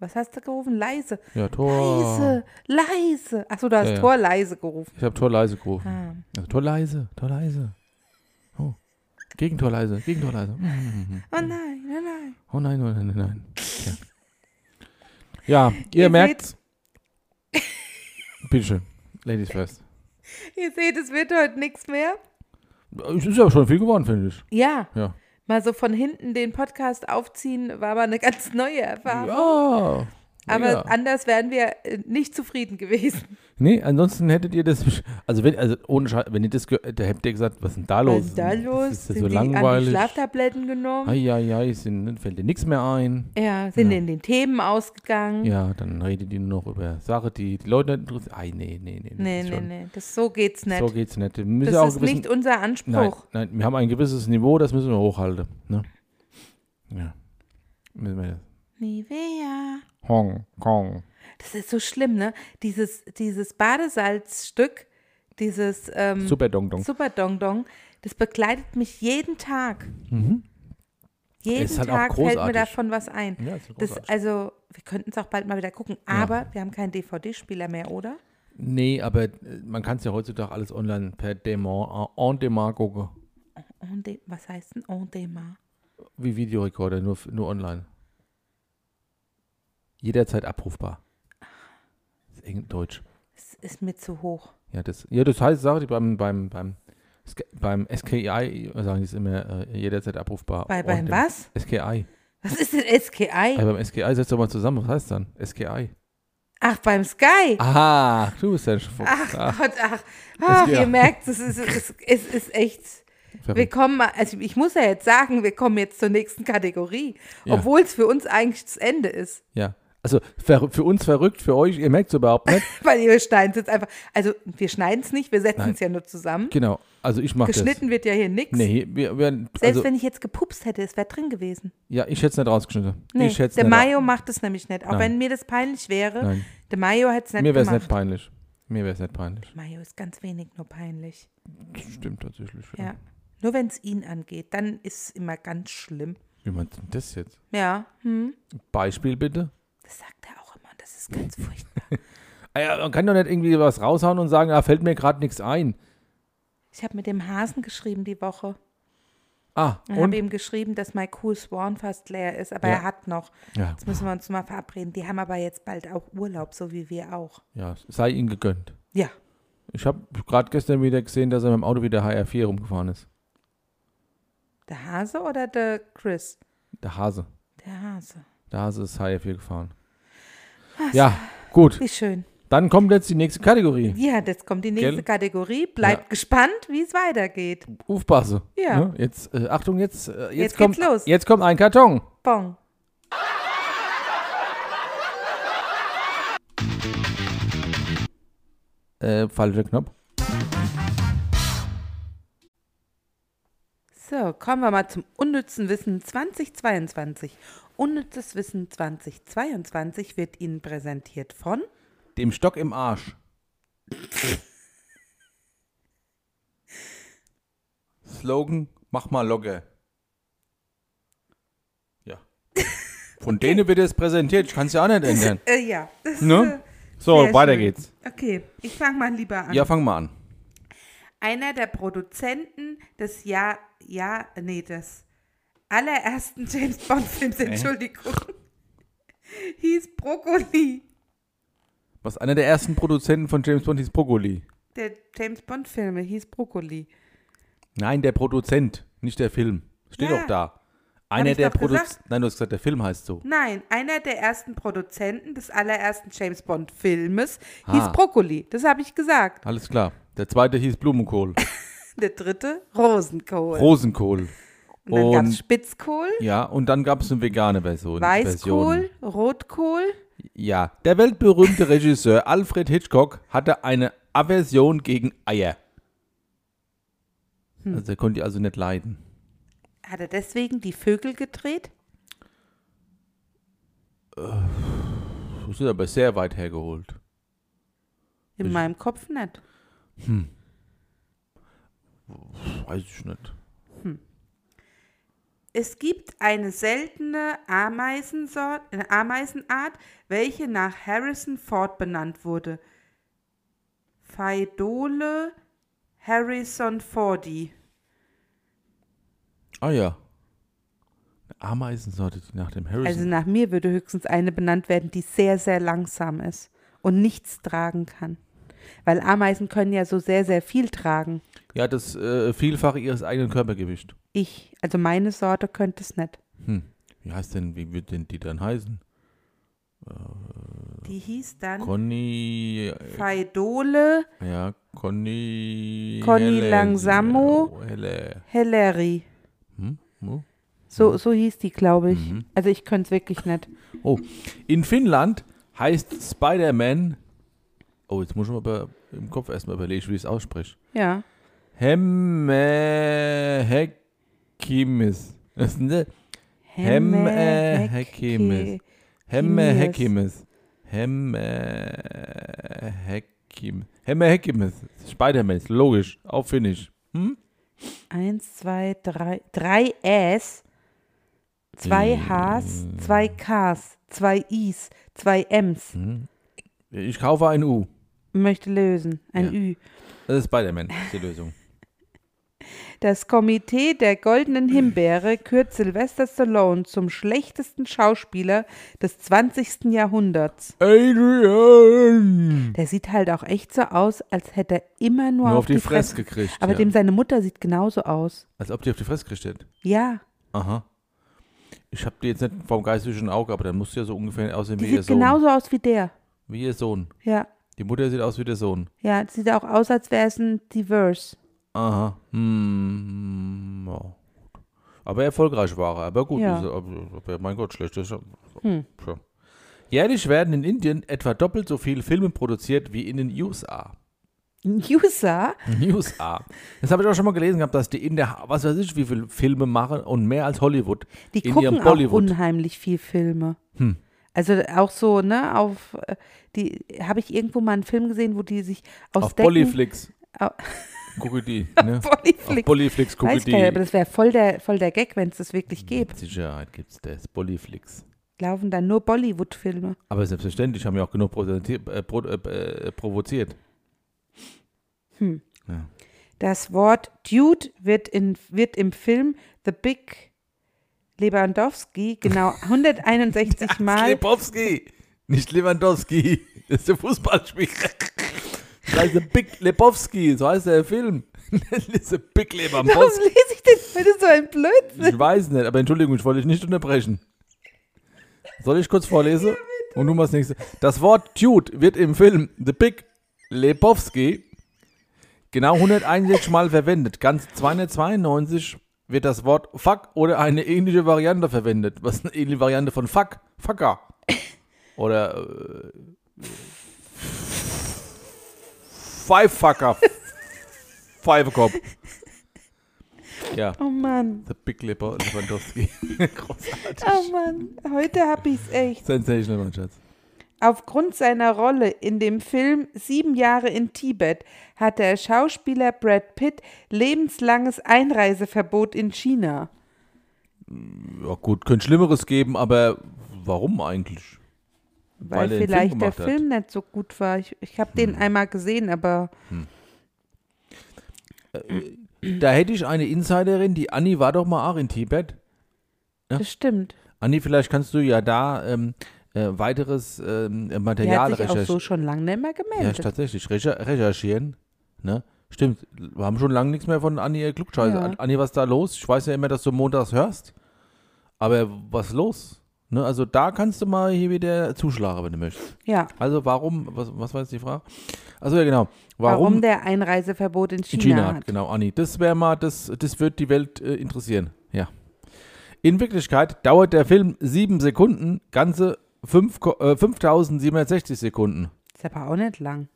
[SPEAKER 2] Was hast du gerufen? Leise.
[SPEAKER 3] Ja, Tor.
[SPEAKER 2] Leise. Leise. Achso, du hast
[SPEAKER 3] Oh. Ja, ja.
[SPEAKER 2] Tor leise gerufen.
[SPEAKER 3] Ich habe Tor leise gerufen.
[SPEAKER 2] Ah.
[SPEAKER 3] Also, Tor leise, Tor leise. Oh. Gegentor leise, Gegentor leise. Mhm.
[SPEAKER 2] Oh nein, oh nein.
[SPEAKER 3] Oh nein, oh nein, nein, nein. Ja, ja ihr,
[SPEAKER 2] Ihr
[SPEAKER 3] merkt's. Bitteschön. Ladies first.
[SPEAKER 2] Ihr seht, es wird heute nichts mehr.
[SPEAKER 3] Es ist ja schon viel geworden, finde ich.
[SPEAKER 2] Ja,
[SPEAKER 3] Ja.
[SPEAKER 2] mal so von hinten den Podcast aufziehen, war mal eine ganz neue Erfahrung.
[SPEAKER 3] Ja.
[SPEAKER 2] Aber
[SPEAKER 3] ja.
[SPEAKER 2] anders wären wir äh, nicht zufrieden gewesen.
[SPEAKER 3] Nee, ansonsten hättet ihr das. Also, wenn, also ohne Scheiß, wenn ihr das gehört, da hättet ihr gesagt, was ist denn da los?
[SPEAKER 2] Was ist da los?
[SPEAKER 3] Das ist ja
[SPEAKER 2] sind
[SPEAKER 3] so
[SPEAKER 2] die An die
[SPEAKER 3] langweilig.
[SPEAKER 2] Schlaftabletten genommen?
[SPEAKER 3] Eieiei, sind- fällt dir nichts mehr ein.
[SPEAKER 2] Ja, sind in den Themen ausgegangen?
[SPEAKER 3] Ja, dann redet ihr nur noch über Sachen, die die Leute nicht interessieren. Ei, nee, nee, nee.
[SPEAKER 2] Nee,
[SPEAKER 3] das ist
[SPEAKER 2] nee,
[SPEAKER 3] schon-
[SPEAKER 2] nee. Das, so geht's nicht.
[SPEAKER 3] So geht's nicht. Wir müssen
[SPEAKER 2] das
[SPEAKER 3] auch
[SPEAKER 2] ist
[SPEAKER 3] ein bisschen,
[SPEAKER 2] nicht unser
[SPEAKER 3] nein,
[SPEAKER 2] Anspruch.
[SPEAKER 3] nein, wir haben ein gewisses Niveau, das müssen wir hochhalten. Ne? Ja. Müssen wir
[SPEAKER 2] Nivea.
[SPEAKER 3] Hong Kong.
[SPEAKER 2] Das ist so schlimm, ne? Dieses, dieses Badesalzstück, dieses ähm,
[SPEAKER 3] Super Dong Dong.
[SPEAKER 2] Super Dong Dong, das begleitet mich jeden Tag. Jeden
[SPEAKER 3] Mhm. Ist halt auch
[SPEAKER 2] Tag fällt mir
[SPEAKER 3] großartig.
[SPEAKER 2] davon was ein.
[SPEAKER 3] Ja, ist ja
[SPEAKER 2] das,
[SPEAKER 3] großartig.
[SPEAKER 2] also, wir könnten es auch bald mal wieder gucken, aber wir haben keinen DVD-Spieler mehr, oder?
[SPEAKER 3] Nee, aber äh, man kann es ja heutzutage alles online per Demand, äh, on Demand gucken.
[SPEAKER 2] On de, was heißt denn On Demand?
[SPEAKER 3] Wie Videorekorder, nur, f- nur online. Jederzeit abrufbar. Das ist irgendein Deutsch.
[SPEAKER 2] Es ist mir zu hoch.
[SPEAKER 3] Ja, das, ja, das heißt, sage ich beim, beim, beim, Sk- beim SKI, sagen die es immer, äh, jederzeit abrufbar.
[SPEAKER 2] Bei,
[SPEAKER 3] Und
[SPEAKER 2] beim
[SPEAKER 3] dem Also
[SPEAKER 2] was?
[SPEAKER 3] SKI.
[SPEAKER 2] Was ist denn SKI?
[SPEAKER 3] Aber beim SKI setzt doch mal zusammen, was heißt dann? SKI.
[SPEAKER 2] Ach, beim Sky.
[SPEAKER 3] Aha, du bist ja Ah, ein Fuchs.
[SPEAKER 2] Ach, Ah,
[SPEAKER 3] Ach,
[SPEAKER 2] Gott, ach. ach
[SPEAKER 3] SKI.
[SPEAKER 2] ihr merkt, es ist, es, ist, es ist echt Wir
[SPEAKER 3] Verrückt.
[SPEAKER 2] kommen, also ich muss ja jetzt sagen, wir kommen jetzt zur nächsten Kategorie,
[SPEAKER 3] Ja.
[SPEAKER 2] obwohl es für uns eigentlich das Ende ist.
[SPEAKER 3] Ja. Also ver für uns verrückt, für euch, ihr merkt es überhaupt nicht.
[SPEAKER 2] Weil ihr schneiden es jetzt einfach. Also wir schneiden es nicht, wir setzen
[SPEAKER 3] Nein.
[SPEAKER 2] es ja nur zusammen.
[SPEAKER 3] Genau. Also ich mache das.
[SPEAKER 2] Geschnitten wird ja hier nichts.
[SPEAKER 3] Nee, wir werden.
[SPEAKER 2] Selbst
[SPEAKER 3] Also,
[SPEAKER 2] wenn ich jetzt gepupst hätte, es wäre drin gewesen.
[SPEAKER 3] ja, ich hätte es nicht rausgeschnitten.
[SPEAKER 2] Nee,
[SPEAKER 3] ich hätte es
[SPEAKER 2] der
[SPEAKER 3] nicht. ra-
[SPEAKER 2] Mayo macht es nämlich nicht. Auch
[SPEAKER 3] Nein.
[SPEAKER 2] wenn mir das peinlich wäre,
[SPEAKER 3] Nein.
[SPEAKER 2] der Mayo hätte es nicht
[SPEAKER 3] Mir wäre es
[SPEAKER 2] gemacht.
[SPEAKER 3] nicht peinlich. Mir wäre es nicht peinlich.
[SPEAKER 2] Mayo ist ganz wenig nur peinlich.
[SPEAKER 3] Das stimmt tatsächlich.
[SPEAKER 2] Ja. Nur wenn es ihn angeht, dann ist es immer ganz schlimm.
[SPEAKER 3] Wie meint denn das jetzt?
[SPEAKER 2] Ja, hm.
[SPEAKER 3] Beispiel bitte.
[SPEAKER 2] das sagt er auch immer. Das ist ganz furchtbar.
[SPEAKER 3] Ah ja, Man kann doch nicht irgendwie was raushauen und sagen, ah, fällt mir gerade nichts ein.
[SPEAKER 2] Ich habe mit dem Hasen geschrieben die Woche.
[SPEAKER 3] Ah,
[SPEAKER 2] Ich
[SPEAKER 3] und?
[SPEAKER 2] habe ihm geschrieben, dass My Cool Swan fast leer ist, aber
[SPEAKER 3] Ja.
[SPEAKER 2] er hat noch.
[SPEAKER 3] Ja,
[SPEAKER 2] Jetzt müssen wir uns mal verabreden. Die haben aber jetzt bald auch Urlaub, so wie wir auch.
[SPEAKER 3] ja, es sei ihnen gegönnt.
[SPEAKER 2] Ja,
[SPEAKER 3] Ich habe gerade gestern wieder gesehen, dass er mit dem Auto wie der HR4 rumgefahren ist.
[SPEAKER 2] der Hase oder der Chris?
[SPEAKER 3] Der Hase.
[SPEAKER 2] Der Hase.
[SPEAKER 3] Der Hase ist HR4 gefahren. Ja, gut.
[SPEAKER 2] Wie schön.
[SPEAKER 3] Dann kommt jetzt die nächste Kategorie.
[SPEAKER 2] Ja, jetzt kommt die nächste
[SPEAKER 3] Gell?
[SPEAKER 2] Kategorie. Bleibt
[SPEAKER 3] Ja.
[SPEAKER 2] gespannt, wie es weitergeht.
[SPEAKER 3] Aufpasse.
[SPEAKER 2] Ja.
[SPEAKER 3] Ne? Jetzt, äh, Achtung, jetzt, äh, jetzt,
[SPEAKER 2] Jetzt
[SPEAKER 3] kommt,
[SPEAKER 2] geht's los.
[SPEAKER 3] Jetzt kommt ein Karton.
[SPEAKER 2] Bon.
[SPEAKER 3] Äh, falscher Knopf.
[SPEAKER 2] So, kommen wir mal zum unnützen Wissen 2022. Unnützes Wissen 2022 wird Ihnen präsentiert von
[SPEAKER 3] Dem Stock im Arsch. Slogan, mach mal locker. Ja. Von denen wird es präsentiert, ich kann es ja auch nicht ändern.
[SPEAKER 2] Äh, ja. das-
[SPEAKER 3] Ne? So,
[SPEAKER 2] Sehr
[SPEAKER 3] weiter
[SPEAKER 2] schön.
[SPEAKER 3] geht's.
[SPEAKER 2] Okay, ich fange mal lieber an.
[SPEAKER 3] Ja, fang mal an.
[SPEAKER 2] Einer der Produzenten des Jahr, ja, nee, des allerersten James Bond Films,
[SPEAKER 3] Äh?
[SPEAKER 2] Entschuldigung, hieß Brokkoli.
[SPEAKER 3] Was einer der ersten Produzenten von James Bond hieß Brokkoli.
[SPEAKER 2] Der James Bond Filme hieß Brokkoli.
[SPEAKER 3] Nein, der Produzent, nicht der Film. Steht
[SPEAKER 2] Ja.
[SPEAKER 3] doch da. Einer
[SPEAKER 2] ich
[SPEAKER 3] der
[SPEAKER 2] doch
[SPEAKER 3] Produzenten.
[SPEAKER 2] gesagt.
[SPEAKER 3] Nein, du hast gesagt, der Film heißt so.
[SPEAKER 2] Nein, einer der ersten Produzenten des allerersten James Bond Filmes
[SPEAKER 3] Ah.
[SPEAKER 2] hieß Brokkoli. Das habe ich gesagt.
[SPEAKER 3] Alles klar. Der zweite hieß Blumenkohl.
[SPEAKER 2] Der dritte Rosenkohl.
[SPEAKER 3] Rosenkohl.
[SPEAKER 2] und dann gab
[SPEAKER 3] und-
[SPEAKER 2] es Spitzkohl,
[SPEAKER 3] Ja, und dann gab es eine vegane Version. Version.
[SPEAKER 2] Weißkohl, Rotkohl.
[SPEAKER 3] Ja, der weltberühmte Regisseur Alfred Hitchcock hatte eine Aversion gegen Eier.
[SPEAKER 2] Hm.
[SPEAKER 3] Also er konnte die also nicht leiden.
[SPEAKER 2] Hat er deswegen die Vögel gedreht?
[SPEAKER 3] Das ist aber sehr weit hergeholt.
[SPEAKER 2] In
[SPEAKER 3] Ich-
[SPEAKER 2] meinem Kopf nicht.
[SPEAKER 3] Weiß ich nicht.
[SPEAKER 2] Es gibt eine seltene Ameisensort, eine Ameisenart, welche nach Harrison Ford benannt wurde. Phaidole Harrison Fordi.
[SPEAKER 3] Ah ja. Eine Ameisensorte, die nach dem Harrison.
[SPEAKER 2] Also nach mir würde höchstens eine benannt werden, die sehr, sehr langsam ist und nichts tragen kann. Weil Ameisen können ja so sehr, sehr viel tragen.
[SPEAKER 3] ja, das äh, Vielfache ihres eigenen Körpergewichts.
[SPEAKER 2] Ich, also meine Sorte könnte es nicht.
[SPEAKER 3] Hm. Wie heißt denn, wie wird denn die dann heißen?
[SPEAKER 2] Die hieß dann
[SPEAKER 3] Conny. äh,
[SPEAKER 2] Phaidole
[SPEAKER 3] Ja, Conny.
[SPEAKER 2] Conny
[SPEAKER 3] Helen,
[SPEAKER 2] Langsamo.
[SPEAKER 3] äh, Helle.
[SPEAKER 2] Helleri.
[SPEAKER 3] Hm? Wo?
[SPEAKER 2] So, so hieß die, glaube ich. Also ich könnte es wirklich nicht.
[SPEAKER 3] Oh, in Finnland heißt Spider-Man. Oh, jetzt muss ich mir aber im Kopf erstmal überlegen, wie ich es ausspreche.
[SPEAKER 2] Ja.
[SPEAKER 3] Hemme Hekimis. Was ist denn das? Hemme Hekimis. Hemme Hekimis. Hemme Hekimis. Hemme Hekimis. Spider-Man ist logisch. Auf Finnisch. Hm?
[SPEAKER 2] Eins, zwei, drei. Drei S, zwei
[SPEAKER 3] Hm.
[SPEAKER 2] Hs, zwei Ks, zwei Is, zwei Ms.
[SPEAKER 3] Hm. Ich kaufe ein U.
[SPEAKER 2] Möchte lösen. Ein
[SPEAKER 3] Ja.
[SPEAKER 2] Ü.
[SPEAKER 3] Das ist Spider-Man, ist die Lösung.
[SPEAKER 2] Das Komitee der Goldenen Himbeere kürt Sylvester Stallone zum schlechtesten Schauspieler des 20. Jahrhunderts.
[SPEAKER 3] Adrian!
[SPEAKER 2] Der sieht halt auch echt so aus, als hätte er immer nur,
[SPEAKER 3] Nur
[SPEAKER 2] auf,
[SPEAKER 3] auf die Fresse gekriegt.
[SPEAKER 2] Aber
[SPEAKER 3] ja.
[SPEAKER 2] dem seine Mutter sieht genauso aus.
[SPEAKER 3] Als ob die auf die Fresse gekriegt hätte.
[SPEAKER 2] Ja,
[SPEAKER 3] Aha. Ich habe die jetzt nicht vom geistigen Auge, aber dann muss die ja so ungefähr aussehen
[SPEAKER 2] die
[SPEAKER 3] wie ihr
[SPEAKER 2] sieht genau
[SPEAKER 3] Sohn.
[SPEAKER 2] genauso aus wie der.
[SPEAKER 3] Wie ihr Sohn.
[SPEAKER 2] Ja,
[SPEAKER 3] Die Mutter sieht aus wie der Sohn.
[SPEAKER 2] ja, sieht auch aus, als wäre es ein Diverse.
[SPEAKER 3] Aha. Hm. Ja. Aber erfolgreich war er. Aber gut,
[SPEAKER 2] Ja. Hm.
[SPEAKER 3] ist er- aber, aber mein Gott, schlecht ist er. Tja. Jährlich werden in Indien etwa doppelt so viele Filme produziert wie in den USA.
[SPEAKER 2] User?
[SPEAKER 3] USA. Das habe ich auch schon mal gelesen gehabt, dass die in der, was weiß ich, wie viele Filme machen und mehr als Hollywood.
[SPEAKER 2] Die
[SPEAKER 3] in
[SPEAKER 2] gucken
[SPEAKER 3] ihrem
[SPEAKER 2] auch
[SPEAKER 3] Bollywood. Hm.
[SPEAKER 2] unheimlich viel Filme. Also auch so, ne, auf äh, die habe ich irgendwo mal einen Film gesehen, wo die sich aus
[SPEAKER 3] auf
[SPEAKER 2] Decken-
[SPEAKER 3] Polyflix.
[SPEAKER 2] Au-
[SPEAKER 3] Gucke die. Ne? Auf
[SPEAKER 2] Polyflix.
[SPEAKER 3] Polyflix gucke
[SPEAKER 2] Weiß ich gar nicht, aber
[SPEAKER 3] die. Hm.
[SPEAKER 2] das wäre voll der, voll der Gag, wenn es das wirklich gäbe.
[SPEAKER 3] Mit Sicherheit gibt es das. Polyflix.
[SPEAKER 2] Laufen dann nur Bollywood-Filme.
[SPEAKER 3] Aber selbstverständlich haben wir auch genug präsentiert- äh, pro, äh, äh, provoziert.
[SPEAKER 2] Das Wort Dude wird, in, wird im Film The Big Lewandowski genau 161 Mal
[SPEAKER 3] Lebowski, nicht Lewandowski. Das ist der Fußballspieler. Das heißt der Big Lebowski, so heißt der Film. Das ist der Big
[SPEAKER 2] Warum
[SPEAKER 3] Lebowski.
[SPEAKER 2] lese ich denn heute so ein Blödsinn?
[SPEAKER 3] Ich weiß nicht, aber Entschuldigung, ich wollte dich nicht unterbrechen. Soll ich kurz vorlesen? Und du machst nächste. Das Wort Dude wird im Film The Big Lebowski genau 161 Mal verwendet. Ganz 292 wird das Wort Fuck oder eine ähnliche Variante verwendet. Was ist eine ähnliche Variante von Fuck? Fucker. Oder äh, Five Fucker. Five Cop. Ja.
[SPEAKER 2] Oh Mann,
[SPEAKER 3] The Big Lepo- Lewandowski. Großartig.
[SPEAKER 2] oh Mann, heute hab ich's echt.
[SPEAKER 3] Sensational, mein Schatz.
[SPEAKER 2] Aufgrund seiner Rolle in dem Film Sieben Jahre in Tibet hat der Schauspieler Brad Pitt lebenslanges Einreiseverbot in China.
[SPEAKER 3] Ja gut, könnte Schlimmeres geben, aber warum eigentlich?
[SPEAKER 2] Weil,
[SPEAKER 3] Weil er den Film
[SPEAKER 2] vielleicht der
[SPEAKER 3] gemacht hat. Hm.
[SPEAKER 2] Film nicht so gut war. Ich, ich habe den einmal gesehen, aber
[SPEAKER 3] Da hätte ich eine Insiderin, die Anni war doch mal auch in Tibet. Ja.
[SPEAKER 2] das stimmt.
[SPEAKER 3] Anni, vielleicht kannst du ja da ähm, äh, weiteres ähm,
[SPEAKER 2] Der
[SPEAKER 3] Material
[SPEAKER 2] hat sich auch so
[SPEAKER 3] recherchieren.
[SPEAKER 2] schon lange nicht mehr
[SPEAKER 3] ja,
[SPEAKER 2] gemeldet.
[SPEAKER 3] tatsächlich, recher recherchieren. Ne? Stimmt, wir haben schon lange nichts mehr von Anni äh, Klugscheiße.
[SPEAKER 2] Ja.
[SPEAKER 3] Anni, was ist da los? Ich weiß ja immer, dass du montags hörst. Aber was ist los? Ne? Also da kannst du mal hier wieder zuschlagen, wenn du möchtest.
[SPEAKER 2] ja.
[SPEAKER 3] Also warum, was, was war jetzt die Frage? Also ja genau,
[SPEAKER 2] Warum,
[SPEAKER 3] warum,
[SPEAKER 2] der Einreiseverbot in
[SPEAKER 3] in
[SPEAKER 2] China,
[SPEAKER 3] China hat,
[SPEAKER 2] hat.
[SPEAKER 3] genau, Anni. Das wäre mal, das, das wird die Welt äh, interessieren, ja. In Wirklichkeit dauert der Film sieben Sekunden, ganze fünf Ko- äh, 5760 Sekunden.
[SPEAKER 2] Ist aber auch nicht lang.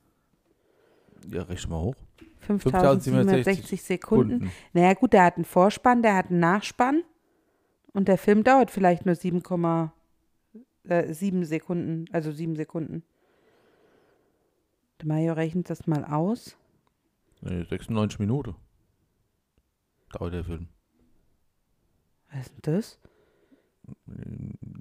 [SPEAKER 3] Ja, rechne mal hoch.
[SPEAKER 2] 5760 Sekunden.
[SPEAKER 3] Sekunden.
[SPEAKER 2] Naja, gut, der hat einen Vorspann, der hat einen Nachspann. Und der Film dauert vielleicht nur 7,7 Sekunden, also 7 Sekunden. Der Mario rechnet das mal aus.
[SPEAKER 3] Nee, 96 Minuten dauert der Film.
[SPEAKER 2] Was ist denn das?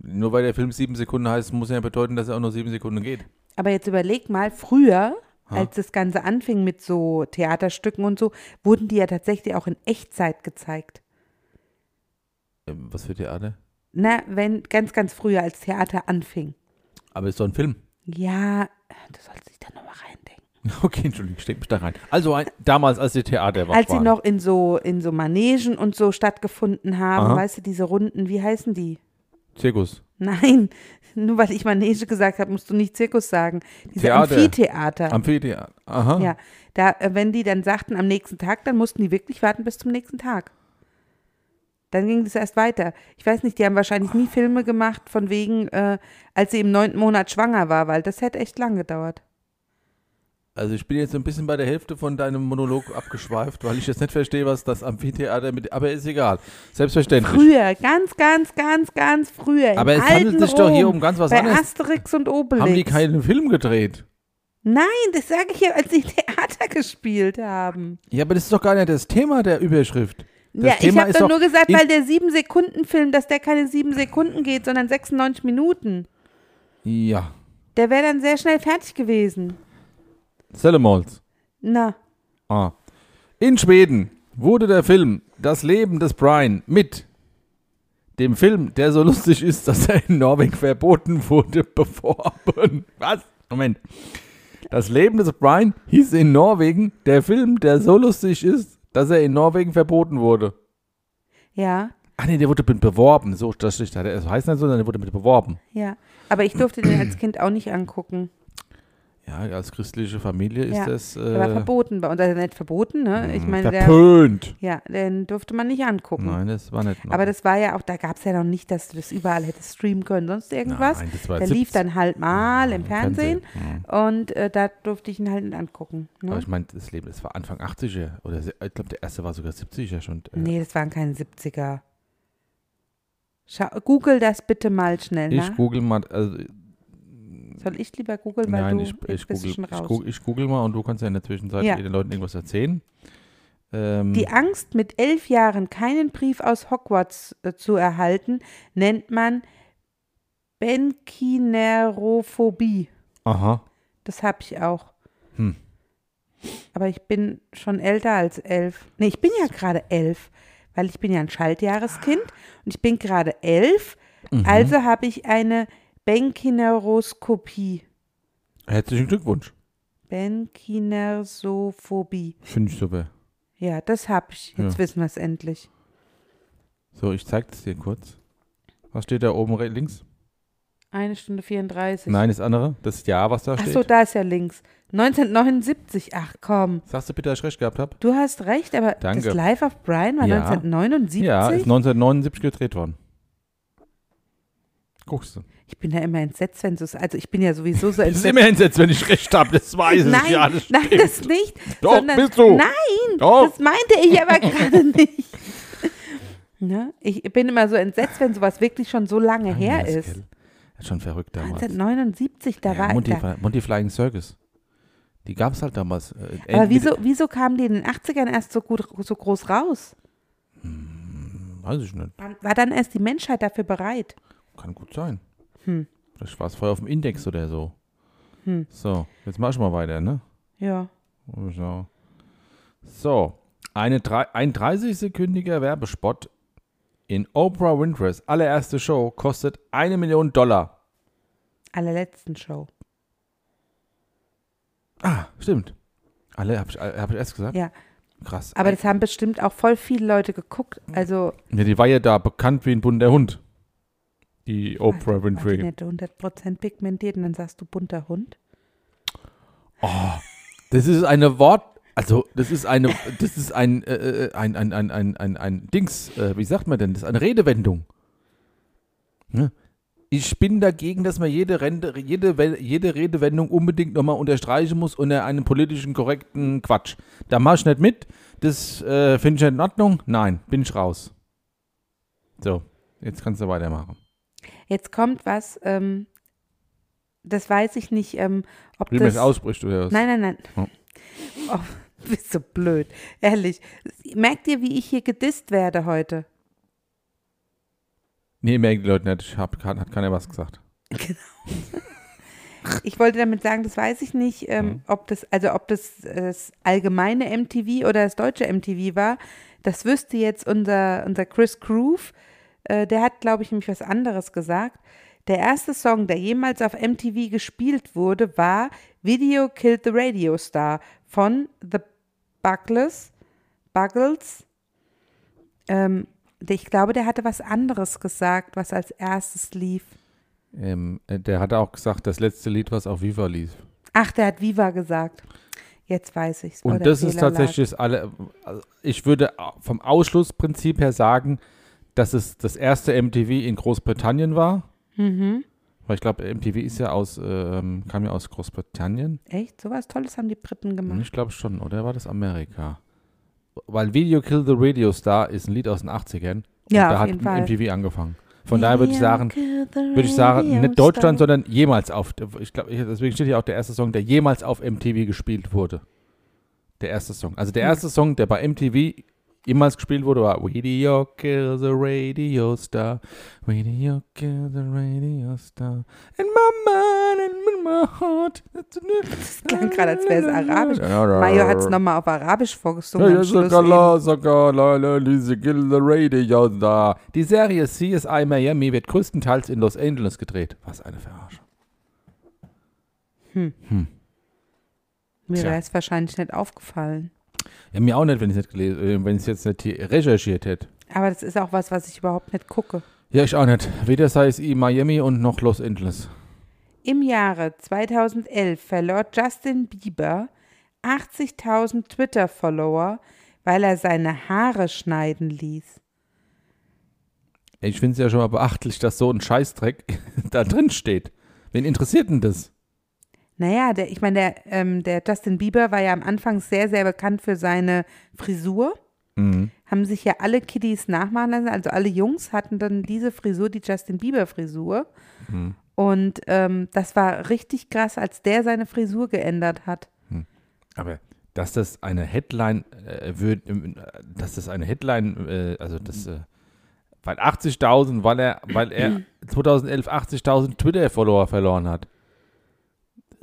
[SPEAKER 3] Nur weil der Film sieben Sekunden heißt, muss ja bedeuten, dass er auch nur sieben Sekunden geht.
[SPEAKER 2] Aber jetzt überleg mal, früher,
[SPEAKER 3] Ha?
[SPEAKER 2] als das Ganze anfing mit so Theaterstücken und so, wurden die ja tatsächlich auch in Echtzeit gezeigt.
[SPEAKER 3] Ähm, was für Theater?
[SPEAKER 2] Na, wenn ganz, ganz früher, als Theater anfing.
[SPEAKER 3] Aber ist doch ein Film.
[SPEAKER 2] Ja, du sollst dich da nochmal reindenken.
[SPEAKER 3] Okay, Entschuldigung, steck mich da rein. Also ein, damals, als die Theater war.
[SPEAKER 2] Als sie noch in so, in so Manegen und so stattgefunden haben,
[SPEAKER 3] Aha.
[SPEAKER 2] weißt du, diese Runden, wie heißen die?
[SPEAKER 3] Zirkus.
[SPEAKER 2] Nein, nur weil ich Manege gesagt habe, musst du nicht Zirkus sagen. Diese
[SPEAKER 3] Theater. Ah.
[SPEAKER 2] Amphitheater.
[SPEAKER 3] Amphitheater. Aha.
[SPEAKER 2] ja, da, äh, wenn die dann sagten am nächsten Tag, dann mussten die wirklich warten bis zum nächsten Tag. Dann ging das erst weiter. Ich weiß nicht, die haben wahrscheinlich nie Filme gemacht, von wegen, äh, als sie im neunten Monat schwanger war, weil das hätte echt lang gedauert.
[SPEAKER 3] Also ich bin jetzt so ein bisschen bei der Hälfte von deinem Monolog abgeschweift, weil ich jetzt nicht verstehe, was das Amphitheater mit. Aber ist egal. Selbstverständlich.
[SPEAKER 2] Früher, ganz, ganz, ganz, ganz früher. im
[SPEAKER 3] aber es
[SPEAKER 2] alten
[SPEAKER 3] handelt sich doch hier
[SPEAKER 2] Rom,
[SPEAKER 3] um ganz was
[SPEAKER 2] Bei
[SPEAKER 3] anderes.
[SPEAKER 2] Asterix und Obelix.
[SPEAKER 3] Haben die keinen Film gedreht?
[SPEAKER 2] Nein, das sage ich ja, als sie Theater gespielt haben.
[SPEAKER 3] Ja, aber das ist doch gar nicht das Thema der Überschrift. Das
[SPEAKER 2] ja, ich
[SPEAKER 3] Thema
[SPEAKER 2] habe
[SPEAKER 3] ist
[SPEAKER 2] doch
[SPEAKER 3] doch
[SPEAKER 2] nur gesagt,
[SPEAKER 3] in-
[SPEAKER 2] weil der 7-Sekunden-Film, dass der keine 7 Sekunden geht, sondern 96 Minuten.
[SPEAKER 3] Ja.
[SPEAKER 2] Der wäre dann sehr schnell fertig gewesen.
[SPEAKER 3] Selemols.
[SPEAKER 2] Na,
[SPEAKER 3] Ah. In Schweden wurde der Film Das Leben des Brian mit dem Film, der so lustig ist, dass er in Norwegen verboten wurde, beworben. Was? Moment. Das Leben des Brian hieß in Norwegen der Film, der so lustig ist, dass er in Norwegen verboten wurde.
[SPEAKER 2] ja,
[SPEAKER 3] Ach nee, der wurde mit beworben. So, das steht da. Das heißt nicht so, sondern der wurde mit beworben.
[SPEAKER 2] ja. Aber ich durfte den als Kind auch nicht angucken.
[SPEAKER 3] Ja, als christliche Familie ist
[SPEAKER 2] Ja,
[SPEAKER 3] das äh,
[SPEAKER 2] Der war verboten bei uns, also nicht verboten, ne? Ich
[SPEAKER 3] mh,
[SPEAKER 2] meine, der,
[SPEAKER 3] verpönt.
[SPEAKER 2] ja, den durfte man nicht angucken.
[SPEAKER 3] Nein, das war nicht.
[SPEAKER 2] Aber das war ja auch, da gab es ja noch nicht, dass du das überall hättest streamen können, sonst irgendwas.
[SPEAKER 3] Nein, das war
[SPEAKER 2] der lief
[SPEAKER 3] 70.
[SPEAKER 2] dann halt mal im
[SPEAKER 3] Im
[SPEAKER 2] Fernsehen,
[SPEAKER 3] Fernsehen, mhm.
[SPEAKER 2] und äh, da durfte ich ihn halt nicht angucken. Ne?
[SPEAKER 3] Aber ich meine, das Leben, das war Anfang 80er oder se- ich glaube, der erste war sogar 70er schon. Äh,
[SPEAKER 2] nee, das waren keine 70er. Schau, google das bitte mal schnell,
[SPEAKER 3] ich
[SPEAKER 2] ne?
[SPEAKER 3] google mal, also,
[SPEAKER 2] Soll ich lieber googeln, weil
[SPEAKER 3] nein,
[SPEAKER 2] du
[SPEAKER 3] ich,
[SPEAKER 2] jetzt
[SPEAKER 3] ich,
[SPEAKER 2] bist du
[SPEAKER 3] google,
[SPEAKER 2] schon
[SPEAKER 3] ich,
[SPEAKER 2] raus.
[SPEAKER 3] google, ich google mal und du kannst ja in der Zwischenzeit
[SPEAKER 2] Ja.
[SPEAKER 3] den Leuten irgendwas erzählen. Ähm,
[SPEAKER 2] Die Angst, mit elf Jahren keinen Brief aus Hogwarts äh, zu erhalten, nennt man Benkinerophobie.
[SPEAKER 3] aha.
[SPEAKER 2] Das habe ich auch.
[SPEAKER 3] Hm.
[SPEAKER 2] Aber ich bin schon älter als elf. Nee, ich bin ja gerade elf, weil ich bin ja ein Schaltjahreskind
[SPEAKER 3] Ah.
[SPEAKER 2] und ich bin gerade elf.
[SPEAKER 3] Mhm.
[SPEAKER 2] Also habe ich eine Benkineroskopie.
[SPEAKER 3] Herzlichen Glückwunsch.
[SPEAKER 2] Benkinersophobie.
[SPEAKER 3] Finde ich super.
[SPEAKER 2] Ja, das habe ich. Jetzt
[SPEAKER 3] Ja.
[SPEAKER 2] wissen wir es endlich.
[SPEAKER 3] So, ich zeig das dir kurz. Was steht da oben re- links?
[SPEAKER 2] Eine Stunde 34.
[SPEAKER 3] Nein, das andere. Das Ja, was da steht.
[SPEAKER 2] Achso, da ist ja links. 1979. Ach komm.
[SPEAKER 3] Sagst du bitte, dass ich recht gehabt habe?
[SPEAKER 2] Du hast recht, aber
[SPEAKER 3] Danke.
[SPEAKER 2] das Life of Brian war
[SPEAKER 3] Ja.
[SPEAKER 2] 1979.
[SPEAKER 3] Ja, ist 1979 gedreht worden. Guckst du.
[SPEAKER 2] ich bin ja immer entsetzt, wenn du es. Also ich bin ja sowieso so
[SPEAKER 3] Das ist
[SPEAKER 2] entsetzt.
[SPEAKER 3] immer entsetzt, wenn ich recht habe. Das weiß ich
[SPEAKER 2] nein,
[SPEAKER 3] ja. Das
[SPEAKER 2] nein,
[SPEAKER 3] stimmt.
[SPEAKER 2] das nicht.
[SPEAKER 3] Doch,
[SPEAKER 2] sondern,
[SPEAKER 3] bist du.
[SPEAKER 2] Nein,
[SPEAKER 3] Doch.
[SPEAKER 2] das meinte ich aber gerade nicht. Ne? Ich bin immer so entsetzt, wenn sowas wirklich schon so lange her
[SPEAKER 3] Anders,
[SPEAKER 2] ist.
[SPEAKER 3] gell? Das ist schon verrückt damals.
[SPEAKER 2] 1979, da
[SPEAKER 3] Ja,
[SPEAKER 2] war ich
[SPEAKER 3] Monty,
[SPEAKER 2] da.
[SPEAKER 3] Fly- Monty Flying Circus. Die gab es halt damals. äh,
[SPEAKER 2] Aber
[SPEAKER 3] Ende-
[SPEAKER 2] wieso, wieso kamen die in den 80ern erst so, gut, so groß raus?
[SPEAKER 3] Weiß ich nicht.
[SPEAKER 2] Wann- War dann erst die Menschheit dafür bereit?
[SPEAKER 3] Kann gut sein.
[SPEAKER 2] Hm.
[SPEAKER 3] Vielleicht war es vorher auf dem Index oder so. So, jetzt mach ich mal weiter, ne?
[SPEAKER 2] Ja.
[SPEAKER 3] So. So, eine, drei- ein 30-sekündiger Werbespot in Oprah Winfrey's allererste Show kostet eine Million Dollar.
[SPEAKER 2] Allerletzten Show.
[SPEAKER 3] Ah, stimmt. Alle, habe ich, äh, hab ich erst gesagt?
[SPEAKER 2] Ja.
[SPEAKER 3] Krass.
[SPEAKER 2] Aber das haben bestimmt auch voll viele Leute geguckt. Also,
[SPEAKER 3] ja, die war ja da bekannt wie ein bunter Hund. Die Oprah
[SPEAKER 2] war die
[SPEAKER 3] Winfrey.
[SPEAKER 2] also, nicht 100% pigmentiert und dann sagst du bunter Hund.
[SPEAKER 3] Das ist eine Wort, also das ist eine, das ist ein, äh, äh, ein, ein, ein, ein, ein, ein Dings, äh, wie sagt man denn, das ist eine Redewendung. Ne? Ich bin dagegen, dass man jede, Rende, jede, We- jede Redewendung unbedingt nochmal unterstreichen muss unter einem politischen korrekten Quatsch. Da mach ich nicht mit, das äh, finde ich nicht in Ordnung. Nein, bin ich raus. So, jetzt kannst du weitermachen.
[SPEAKER 2] Jetzt kommt was, ähm, das weiß ich nicht, ähm, ob
[SPEAKER 3] Wie man
[SPEAKER 2] das.
[SPEAKER 3] es ausspricht oder was?
[SPEAKER 2] nein, nein, nein.
[SPEAKER 3] Oh.
[SPEAKER 2] Oh, bist so blöd. Ehrlich. Merkt ihr, wie ich hier gedisst werde heute?
[SPEAKER 3] Nee, merken die Leute nicht, ich hab, hat keiner was gesagt.
[SPEAKER 2] Ich wollte damit sagen, das weiß ich nicht, ähm, ob das, also ob das, äh, das allgemeine MTV oder das deutsche MTV war. Das wüsste jetzt unser, unser Chris Groove. Äh, der hat, glaube ich, nämlich was anderes gesagt. Der erste Song, der jemals auf MTV gespielt wurde, war Video Killed the Radio Star von The Buggles. Buggles. Ähm, der- ich glaube, der hatte was anderes gesagt, was als erstes lief.
[SPEAKER 3] Ähm, äh, der hat auch gesagt, das letzte Lied, was auf Viva lief.
[SPEAKER 2] Ach, der hat Viva gesagt. Jetzt weiß ich's.
[SPEAKER 3] Und
[SPEAKER 2] Oder
[SPEAKER 3] das ist
[SPEAKER 2] Oh, Fehler lag.
[SPEAKER 3] tatsächlich das alle. also Ich würde vom Ausschlussprinzip her sagen, dass es das erste MTV in Großbritannien war.
[SPEAKER 2] Mhm.
[SPEAKER 3] Weil ich glaube, MTV ist ja aus, ähm, kam ja aus Großbritannien.
[SPEAKER 2] Echt? Sowas Tolles haben die Briten gemacht.
[SPEAKER 3] Ich glaube schon, oder war das Amerika? Weil Video Kill the Radio Star ist ein Lied aus den 80ern.
[SPEAKER 2] Ja,
[SPEAKER 3] und da
[SPEAKER 2] auf
[SPEAKER 3] hat
[SPEAKER 2] jeden Fall.
[SPEAKER 3] MTV angefangen. Von daher würde ich sagen,
[SPEAKER 2] würde
[SPEAKER 3] würde ich sagen, nicht Deutschland, sondern jemals auf. Ich glaube, ich- deswegen steht hier auch der erste Song, der jemals auf MTV gespielt wurde. Der erste Song. Also
[SPEAKER 2] Hm.
[SPEAKER 3] der erste Song, der bei MTV jemals gespielt wurde, war Radio Kill the Radio Star. Radio Kill the Radio Star. In my mind and in my heart. Das
[SPEAKER 2] klang gerade, als wäre es arabisch. Mayo hat es nochmal auf Arabisch vorgesungen. am Schluss eben.
[SPEAKER 3] Die Serie CSI Miami wird größtenteils in Los Angeles gedreht. Was eine Verarschung.
[SPEAKER 2] Mir
[SPEAKER 3] Tja.
[SPEAKER 2] wäre es wahrscheinlich nicht aufgefallen.
[SPEAKER 3] Ja, mir auch nicht, wenn ich es nicht gelesen, äh, wenn ich es jetzt nicht hier recherchiert hätte.
[SPEAKER 2] Aber das ist auch was, was ich überhaupt nicht gucke.
[SPEAKER 3] Ja, ich auch nicht. Weder CSI Miami und noch Los Angeles.
[SPEAKER 2] Im Jahre 2011 verlor Justin Bieber 80.000 Twitter-Follower, weil er seine Haare schneiden ließ.
[SPEAKER 3] Ich finde es ja schon mal beachtlich, dass so ein Scheißdreck da drin steht. Wen interessiert denn das?
[SPEAKER 2] Naja, der, ich meine, der, ähm, der Justin Bieber war ja am Anfang sehr, sehr bekannt für seine Frisur. Haben sich ja alle Kiddies nachmachen lassen, also alle Jungs hatten dann diese Frisur, die Justin Bieber-Frisur.
[SPEAKER 3] Mhm.
[SPEAKER 2] Und ähm, das war richtig krass, als der seine Frisur geändert hat.
[SPEAKER 3] Aber dass das eine Headline äh, wird, ähm, äh, dass das eine Headline, äh, also das, äh, weil 80.000, weil er, weil er 2011 80.000 Twitter-Follower verloren hat.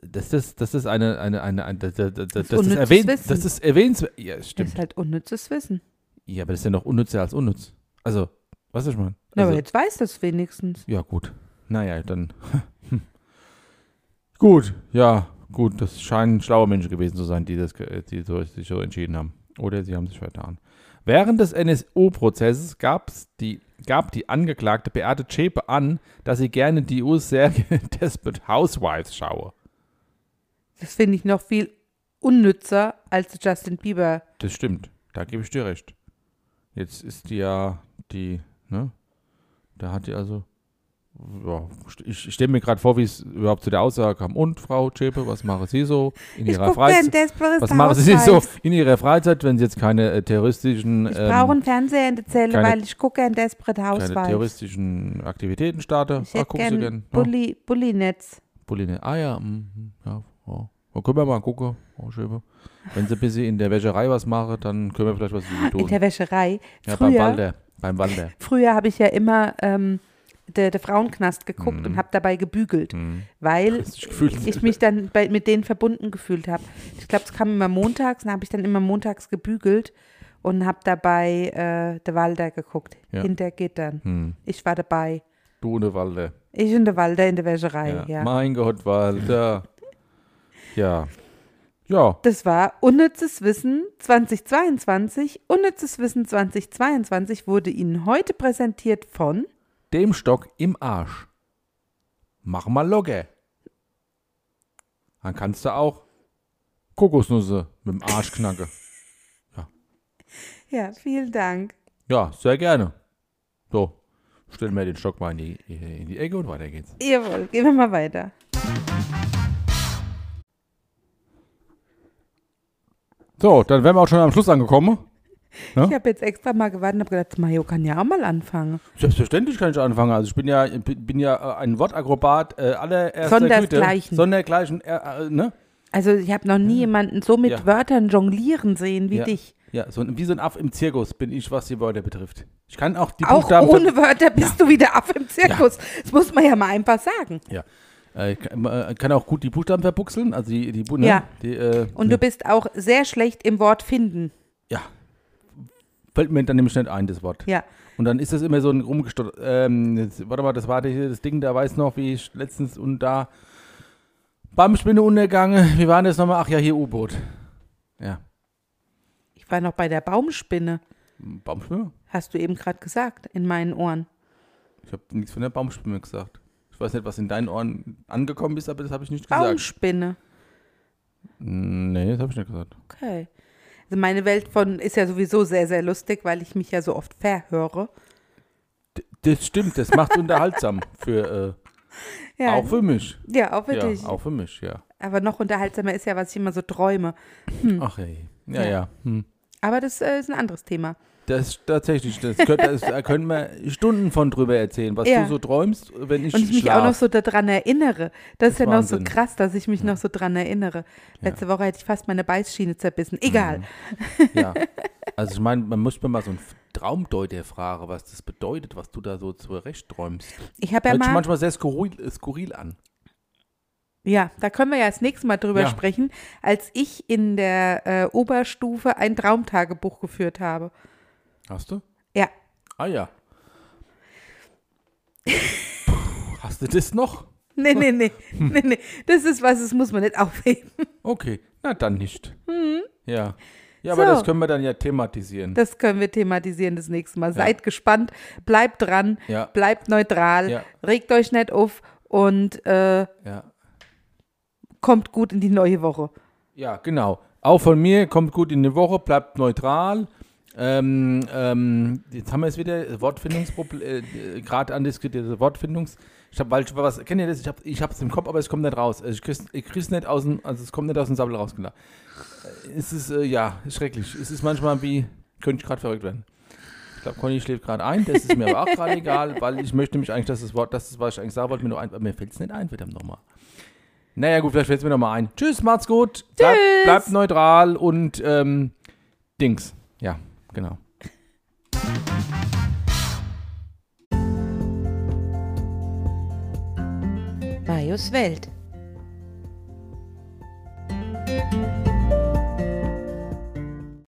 [SPEAKER 3] Das ist, das ist eine, eine, eine, ein- das, das, das, das, ist
[SPEAKER 2] unnützes
[SPEAKER 3] erwähnt,
[SPEAKER 2] Wissen.
[SPEAKER 3] das ist erwähnenswert. Ja,
[SPEAKER 2] Das
[SPEAKER 3] stimmt.
[SPEAKER 2] ist halt unnützes Wissen.
[SPEAKER 3] Ja, aber das ist ja noch unnützer als unnütz. Also, weißt du, was ich meine?
[SPEAKER 2] Na,
[SPEAKER 3] Also,
[SPEAKER 2] aber jetzt weiß das wenigstens.
[SPEAKER 3] ja, gut. Naja, dann. Hm. gut, ja, gut. Das scheinen schlaue Menschen gewesen zu sein, die, das, ge- die so, sich so entschieden haben. Oder sie haben sich vertan. Während des NSU-Prozesses gab's die, gab die Angeklagte Beate Zschäpe an, dass sie gerne die US-Serie Desperate Housewives schaue.
[SPEAKER 2] Das finde ich noch viel unnützer als Justin Bieber.
[SPEAKER 3] Das stimmt. Da gebe ich dir recht. Jetzt ist die ja die, ne? Da hat die also. Ja, ich ich stelle mir gerade vor, wie es überhaupt zu der Aussage kam. Und Frau Zschäpe, was machen Sie so in
[SPEAKER 2] Ich
[SPEAKER 3] Ihrer
[SPEAKER 2] gucke ein
[SPEAKER 3] Freizeit?
[SPEAKER 2] Desperate
[SPEAKER 3] Was machen Sie so
[SPEAKER 2] Housewives.
[SPEAKER 3] in Ihrer Freizeit, wenn Sie jetzt keine äh, terroristischen,
[SPEAKER 2] Ich brauche
[SPEAKER 3] ähm,
[SPEAKER 2] einen Fernseher in der Zelle,
[SPEAKER 3] keine-
[SPEAKER 2] weil ich gucke ein Desperate
[SPEAKER 3] keine
[SPEAKER 2] Housewives.
[SPEAKER 3] terroristischen Aktivitäten starte?
[SPEAKER 2] Ich
[SPEAKER 3] Ah,
[SPEAKER 2] hätte
[SPEAKER 3] guckst du gern?
[SPEAKER 2] gern
[SPEAKER 3] Ja,
[SPEAKER 2] Bulli, Bulli-Netz.
[SPEAKER 3] Bulline. Ah ja, mm, mm, ja. ja. Da können wir mal gucken, Frau Schäpe. Wenn Sie ein bisschen in der Wäscherei was machen, dann können wir vielleicht was für Sie
[SPEAKER 2] In
[SPEAKER 3] tun.
[SPEAKER 2] der Wäscherei.
[SPEAKER 3] Ja, beim
[SPEAKER 2] Früher,
[SPEAKER 3] Walder. Beim Walder.
[SPEAKER 2] früher habe ich ja immer ähm, der, der Frauenknast geguckt
[SPEAKER 3] Mhm.
[SPEAKER 2] und habe dabei gebügelt, weil
[SPEAKER 3] Hast dich gefühlt.
[SPEAKER 2] ich mich dann bei, mit denen verbunden gefühlt habe. Ich glaube, es kam immer montags, dann habe ich dann immer montags gebügelt und habe dabei äh, der Walder geguckt,
[SPEAKER 3] Ja.
[SPEAKER 2] hinter Gittern.
[SPEAKER 3] Hm.
[SPEAKER 2] Ich war dabei.
[SPEAKER 3] Du und der Walde.
[SPEAKER 2] Ich und der Walder in der Wäscherei,
[SPEAKER 3] Ja.
[SPEAKER 2] ja.
[SPEAKER 3] Mein Gott, Walter. ja. Ja,
[SPEAKER 2] Das war Unnützes Wissen 2022. Unnützes Wissen 2022 wurde Ihnen heute präsentiert von
[SPEAKER 3] dem Stock im Arsch. Mach mal locker. Dann kannst du auch Kokosnüsse mit dem Arsch knacken.
[SPEAKER 2] Ja, vielen Dank.
[SPEAKER 3] Ja, sehr gerne. So, stellen wir den Stock mal in die, in die Ecke und weiter geht's.
[SPEAKER 2] Jawohl, gehen wir mal weiter.
[SPEAKER 3] So, dann wären wir auch schon am Schluss angekommen. Ja?
[SPEAKER 2] Ich habe jetzt extra mal gewartet und habe gedacht, Mario kann ja auch mal anfangen.
[SPEAKER 3] Selbstverständlich kann ich anfangen. Also ich bin ja, bin ja äh, ein Wortakrobat äh, allererster Güte.
[SPEAKER 2] Sondergleichen.
[SPEAKER 3] Sondergleichen. Äh, äh, ne?
[SPEAKER 2] Also ich habe noch nie jemanden so mit
[SPEAKER 3] Ja.
[SPEAKER 2] Wörtern jonglieren sehen wie
[SPEAKER 3] ja.
[SPEAKER 2] dich.
[SPEAKER 3] Ja, so, ein- wie so ein Affe im Zirkus bin ich, was die Wörter betrifft. Ich kann auch die
[SPEAKER 2] Auch
[SPEAKER 3] Buchstaben.
[SPEAKER 2] ohne Wörter bist du wieder ab im Zirkus. Das muss man ja mal einfach sagen.
[SPEAKER 3] Ja. Äh, ich kann, äh, kann auch gut die Buchstaben verbuchseln, also die, die, Bu- ne?
[SPEAKER 2] Ja.
[SPEAKER 3] die äh,
[SPEAKER 2] Und du
[SPEAKER 3] ne?
[SPEAKER 2] bist auch sehr schlecht im Wort finden.
[SPEAKER 3] Ja. Fällt mir dann nämlich nicht ein, das Wort.
[SPEAKER 2] Ja.
[SPEAKER 3] Und dann ist das immer so ein rumgestottert. Ähm, jetzt, warte mal, das war hier das Ding, da weiß noch, wie ich letztens und da beim Spinneuntergang, wie war denn das nochmal? Ach ja, hier U-Boot. Ja.
[SPEAKER 2] Ich war noch bei der Baumspinne,
[SPEAKER 3] Baumspinne?
[SPEAKER 2] hast du eben gerade gesagt, in meinen Ohren.
[SPEAKER 3] Ich habe nichts von der Baumspinne gesagt. Ich weiß nicht, was in deinen Ohren angekommen ist, aber das habe ich nicht gesagt.
[SPEAKER 2] Baumspinne.
[SPEAKER 3] Nee, das habe ich nicht gesagt.
[SPEAKER 2] Okay. Also meine Welt von ist ja sowieso sehr, sehr lustig, weil ich mich ja so oft verhöre.
[SPEAKER 3] D- Das stimmt, das macht unterhaltsam für äh,
[SPEAKER 2] Ja,
[SPEAKER 3] auch für mich.
[SPEAKER 2] ja, auch für
[SPEAKER 3] ja,
[SPEAKER 2] dich.
[SPEAKER 3] auch für mich, ja.
[SPEAKER 2] Aber noch unterhaltsamer ist ja, was ich immer so träume.
[SPEAKER 3] Ach ey. Ja, ja.
[SPEAKER 2] Hm. Ja.
[SPEAKER 3] Hm.
[SPEAKER 2] Aber das äh, ist ein anderes Thema.
[SPEAKER 3] Das ist tatsächlich, das könnt, das, da können wir Stunden von drüber erzählen, was
[SPEAKER 2] Ja.
[SPEAKER 3] du so träumst, wenn ich,
[SPEAKER 2] Und ich mich
[SPEAKER 3] schlaf.
[SPEAKER 2] auch noch so daran erinnere. Das ist ja noch so
[SPEAKER 3] Wahnsinn.
[SPEAKER 2] krass, dass ich mich noch so daran erinnere. Letzte Woche hätte ich fast meine Beißschiene zerbissen.
[SPEAKER 3] Mhm.
[SPEAKER 2] Egal.
[SPEAKER 3] ja. Also ich meine, man muss mir mal so einen Traumdeuter fragen, was das bedeutet, was du da so zurecht träumst.
[SPEAKER 2] Ich habe ja
[SPEAKER 3] Hört sich
[SPEAKER 2] mal.
[SPEAKER 3] manchmal sehr skurril, äh, skurril an.
[SPEAKER 2] Ja, da können wir ja das nächste Mal drüber
[SPEAKER 3] Ja.
[SPEAKER 2] sprechen, als ich in der äh, Oberstufe ein Traumtagebuch geführt habe.
[SPEAKER 3] Hast du?
[SPEAKER 2] Ja,
[SPEAKER 3] Ah ja. Puh, hast du das noch?
[SPEAKER 2] Nee, nee, nee.
[SPEAKER 3] Hm.
[SPEAKER 2] nee, nee. Das ist was, das muss man nicht aufheben.
[SPEAKER 3] Okay, na dann nicht. Ja. Ja,
[SPEAKER 2] Hm. So.
[SPEAKER 3] aber das können wir dann ja thematisieren.
[SPEAKER 2] Das können wir thematisieren das nächste Mal. Seid gespannt, bleibt dran,
[SPEAKER 3] Ja.
[SPEAKER 2] bleibt neutral,
[SPEAKER 3] Ja.
[SPEAKER 2] regt euch nicht auf und äh,
[SPEAKER 3] Ja.
[SPEAKER 2] kommt gut in die neue Woche.
[SPEAKER 3] ja, genau. Auch von mir, kommt gut in die Woche, bleibt neutral. Ähm, ähm, jetzt haben wir es wieder, Wortfindungsproblem, äh, gerade andiskutierte Wortfindungs. Ich habe, weil ich was, kennt ihr das? Ich habe ich hab's im Kopf, aber es kommt nicht raus. Also ich krieg's, ich krieg's nicht aus dem, also es kommt nicht aus dem Sabbel raus, genau. Äh, Es ist, äh, ja, schrecklich. Es ist manchmal wie, könnte ich gerade verrückt werden. Ich glaube, Conny schläft gerade ein, das ist mir aber auch gerade egal, weil ich möchte mich eigentlich, dass das Wort, das ist, was ich eigentlich sagen wollte, mir nur ein, aber mir fällt es nicht ein, verdammt nochmal. Naja, gut, vielleicht fällt es mir nochmal ein. Tschüss, macht's gut. Bleibt
[SPEAKER 2] Tschüss.
[SPEAKER 3] bleibt neutral und ähm, Dings. Ja, genau.
[SPEAKER 2] Marius Welt.